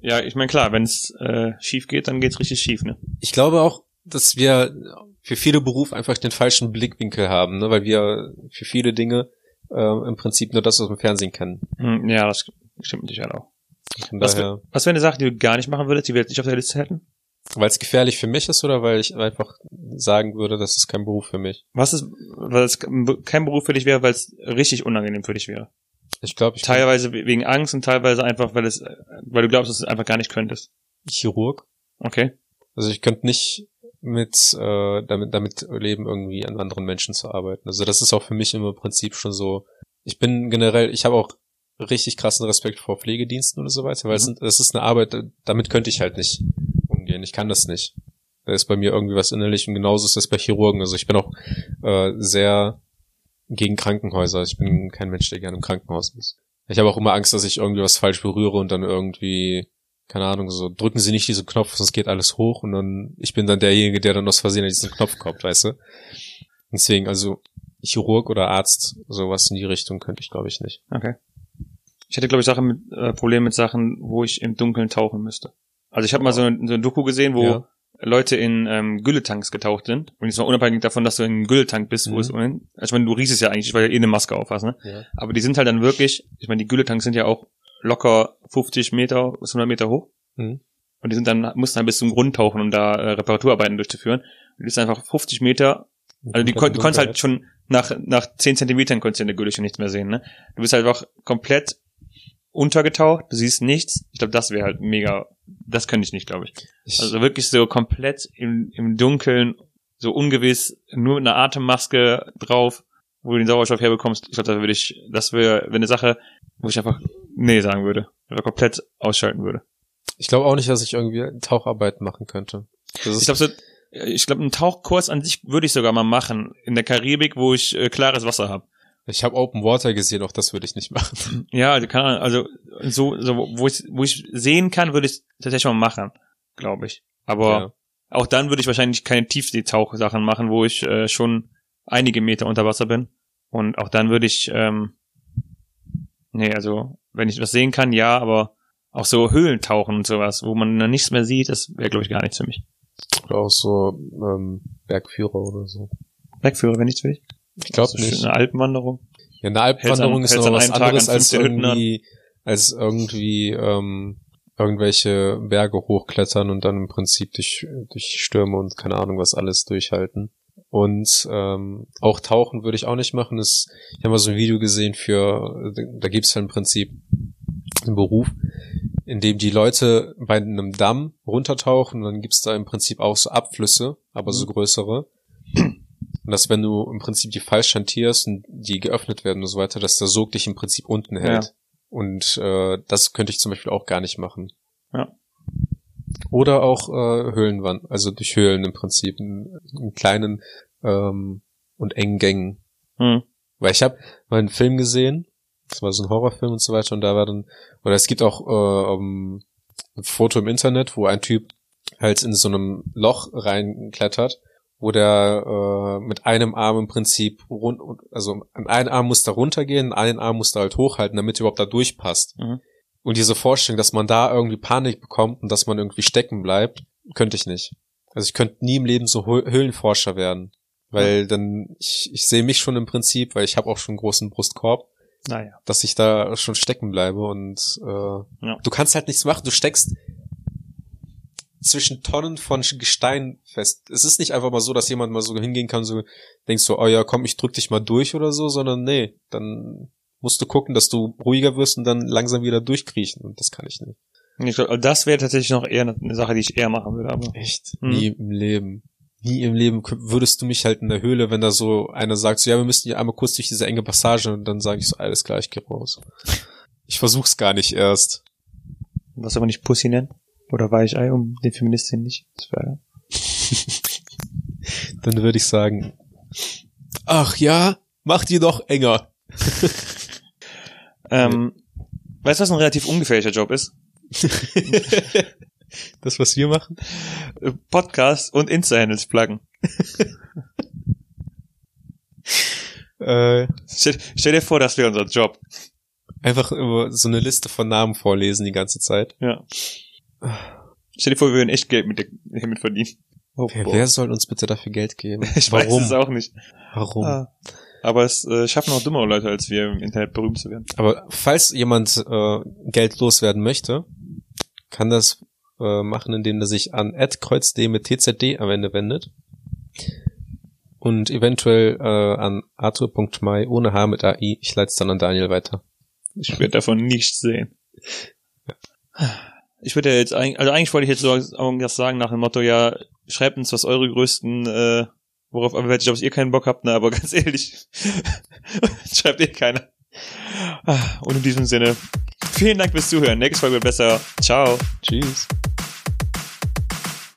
Speaker 2: ja, ich meine klar, wenn es äh, schief geht, dann geht's richtig schief, ne?
Speaker 1: Ich glaube auch, dass wir für viele Berufe einfach den falschen Blickwinkel haben, ne? weil wir für viele Dinge äh, im Prinzip nur das aus dem Fernsehen kennen.
Speaker 2: Hm, Ja, das stimmt mit Sicherheit auch.
Speaker 1: Von
Speaker 2: Was
Speaker 1: daher,
Speaker 2: Was wäre eine Sache, die du gar nicht machen würdest, die wir jetzt nicht auf der Liste hätten?
Speaker 1: weil es gefährlich für mich ist oder weil ich einfach sagen würde, das ist kein Beruf für mich.
Speaker 2: Was ist, weil es kein Beruf für dich wäre, weil es richtig unangenehm für dich wäre?
Speaker 1: Ich glaube, ich bin
Speaker 2: Teilweise we- wegen Angst und teilweise einfach, weil es, äh, weil du glaubst, dass du es einfach gar nicht könntest.
Speaker 1: Chirurg.
Speaker 2: Okay.
Speaker 1: Also ich könnte nicht mit äh, damit damit leben irgendwie an anderen Menschen zu arbeiten. Also das ist auch für mich im Prinzip schon so. Ich bin generell, ich habe auch richtig krassen Respekt vor Pflegediensten und so weiter, weil es
Speaker 2: Mhm.
Speaker 1: sind- es ist eine Arbeit, da- damit könnte ich halt nicht umgehen. Ich kann das nicht. Da ist bei mir irgendwie was innerlich und genauso ist das bei Chirurgen. Also ich bin auch äh, sehr gegen Krankenhäuser. Ich bin kein Mensch, der gerne im Krankenhaus ist. Ich habe auch immer Angst, dass ich irgendwie was falsch berühre und dann irgendwie keine Ahnung, so drücken Sie nicht diesen Knopf, sonst geht alles hoch und dann ich bin dann derjenige, der dann aus Versehen an diesen Knopf kommt, weißt du? Deswegen, also Chirurg oder Arzt, sowas in die Richtung könnte ich, glaube ich, nicht.
Speaker 2: Okay. Ich hätte, glaube ich, Sachen mit, äh, Probleme mit Sachen, wo ich im Dunkeln tauchen müsste. Also ich habe mal so ein, so ein Doku gesehen, wo
Speaker 1: Ja.
Speaker 2: Leute in ähm, Gülletanks getaucht sind. Und jetzt mal unabhängig davon, dass du in einem Gülletank bist, wo
Speaker 1: Mhm.
Speaker 2: es ohnehin. Also ich meine, du riechst es ja eigentlich, weil du eh eine Maske aufhast, ne?
Speaker 1: Ja.
Speaker 2: Aber die sind halt dann wirklich, ich meine, die Gülletanks sind ja auch locker 50 Meter bis 100 Meter hoch.
Speaker 1: Mhm.
Speaker 2: Und die sind dann, mussten dann bis zum Grund tauchen, um da äh, Reparaturarbeiten durchzuführen. Und die ist einfach 50 Meter, also die, kon du konntest halt schon nach, nach 10 Zentimetern konntest du in der Gülle schon nichts mehr sehen, ne? Du bist halt einfach komplett untergetaucht, du siehst nichts. Ich glaube, das wäre halt mega, das könnte ich nicht, glaube ich.
Speaker 1: Ich,
Speaker 2: Also wirklich so komplett im, im Dunkeln, so ungewiss, nur mit einer Atemmaske drauf, wo du den Sauerstoff herbekommst. Ich glaube, da würde ich, das wäre wär eine Sache, wo ich einfach nee sagen würde. Oder komplett ausschalten würde.
Speaker 1: ich glaube auch nicht, dass ich irgendwie Taucharbeit machen könnte. Das ist,
Speaker 2: Ich glaube, so, ich glaube, einen Tauchkurs an sich würde ich sogar mal machen. In der Karibik, wo ich äh, klares Wasser habe.
Speaker 1: ich habe Open Water gesehen, auch das würde ich nicht machen.
Speaker 2: Ja, also keine Ahnung, also so, so wo ich wo ich sehen kann, würde ich tatsächlich mal machen, glaube ich. Aber
Speaker 1: Ja.
Speaker 2: auch dann würde ich wahrscheinlich keine Tiefseetauchsachen machen, wo ich äh, schon einige Meter unter Wasser bin. Und auch dann würde ich, ähm, nee, also wenn ich das sehen kann, ja, aber auch so Höhlentauchen und sowas, wo man dann nichts mehr sieht, das wäre, glaube ich, gar nichts für mich.
Speaker 1: Oder auch so ähm, Bergführer oder so.
Speaker 2: Wegführe, wenn ich will.
Speaker 1: Ich glaube nicht.
Speaker 2: Eine Alpenwanderung.
Speaker 1: Ja, eine Alpwanderung
Speaker 2: Hältst
Speaker 1: ist
Speaker 2: an-
Speaker 1: noch was
Speaker 2: hältst an einem Tag
Speaker 1: anderes
Speaker 2: an
Speaker 1: als
Speaker 2: 15 Hütten an.
Speaker 1: irgendwie, als irgendwie ähm, irgendwelche Berge hochklettern und dann im Prinzip durch, durch Stürme und keine Ahnung was alles durchhalten. Und ähm, auch tauchen würde ich auch nicht machen. Das, ich habe mal so ein Video gesehen für, da gibt's ja im Prinzip einen Beruf, in dem die Leute bei einem Damm runtertauchen und dann gibt's da im Prinzip auch so Abflüsse, aber
Speaker 2: Mhm.
Speaker 1: so größere. Und dass wenn du im Prinzip die falsch hantierst und die geöffnet werden und so weiter, dass der Sog dich im Prinzip unten hält.
Speaker 2: Ja.
Speaker 1: Und äh, das könnte ich zum Beispiel auch gar nicht machen.
Speaker 2: Ja.
Speaker 1: Oder auch äh, Höhlenwand, also durch Höhlen im Prinzip, in, in kleinen ähm, und engen Gängen.
Speaker 2: Hm.
Speaker 1: Weil ich habe mal einen Film gesehen, das war so ein Horrorfilm und so weiter, und da war dann, oder es gibt auch äh, ähm, ein Foto im Internet, wo ein Typ halt in so einem Loch reinklettert, wo der äh, mit einem Arm im Prinzip rund, also an einen Arm muss da runtergehen, einen Arm muss da halt hochhalten, damit er überhaupt da durchpasst.
Speaker 2: Mhm.
Speaker 1: Und diese Vorstellung, dass man da irgendwie Panik bekommt und dass man irgendwie stecken bleibt, könnte ich nicht. Also ich könnte nie im Leben so Hö- Höhlenforscher werden. Weil dann, ich, ich sehe mich schon im Prinzip, weil ich habe auch schon einen großen Brustkorb,
Speaker 2: Naja.
Speaker 1: dass ich da schon stecken bleibe und äh, du kannst halt nichts machen, du steckst zwischen Tonnen von Sch- Gestein fest. Es ist nicht einfach mal so, dass jemand mal so hingehen kann, so denkst so, oh ja, komm, ich drück dich mal durch oder so, sondern nee, dann musst du gucken, dass du ruhiger wirst und dann langsam wieder durchkriechen und das kann ich nicht.
Speaker 2: Ich glaub, das wäre tatsächlich noch eher eine Sache, die ich eher machen würde, aber.
Speaker 1: Echt?
Speaker 2: Mhm.
Speaker 1: Nie im Leben. Nie im Leben k- würdest du mich halt in der Höhle, wenn da so einer sagt, so, ja, wir müssen hier einmal kurz durch diese enge Passage und dann sage ich so, alles klar, ich geh raus. Ich versuch's gar nicht erst.
Speaker 2: Was soll man nicht Pussy nennen? Oder Weichei, um den Feministinnen nicht zu verärgern?
Speaker 1: Dann würde ich sagen, ach ja, mach die doch enger.
Speaker 2: Ähm, weißt du, was ein relativ ungefährlicher Job ist?
Speaker 1: das, was wir machen?
Speaker 2: Äh, Podcasts und Insta-Handles pluggen.
Speaker 1: Äh,
Speaker 2: Stell, stell dir vor, das wäre unser Job.
Speaker 1: einfach immer so eine Liste von Namen vorlesen die ganze Zeit.
Speaker 2: Ja. Stell dir vor, wir würden echt Geld mit der, hiermit verdienen. Oh,
Speaker 1: Wer,
Speaker 2: boah.
Speaker 1: wer soll uns bitte dafür Geld geben?
Speaker 2: ich
Speaker 1: Warum?
Speaker 2: weiß es auch nicht.
Speaker 1: Warum?
Speaker 2: Ah. Aber es äh, schaffen auch dümmere Leute, als wir im Internet berühmt zu werden.
Speaker 1: Aber falls jemand äh, Geld loswerden möchte, kann das äh, machen, indem er sich an @kreuzd mit tzd am Ende wendet und eventuell äh, an arthur.mai ohne h mit ai. Ich leite es dann an Daniel weiter.
Speaker 2: Ich werde davon nichts sehen. Ich würde ja jetzt eigentlich, also eigentlich wollte ich jetzt so irgendwas sagen nach dem Motto, ja, schreibt uns, was eure größten, äh, worauf, aber welche Jobs ihr keinen Bock habt, ne, aber ganz ehrlich, schreibt ihr keiner. Ah, Und in diesem Sinne, vielen Dank fürs Zuhören. Nächste Folge wird besser. Ciao.
Speaker 1: Tschüss.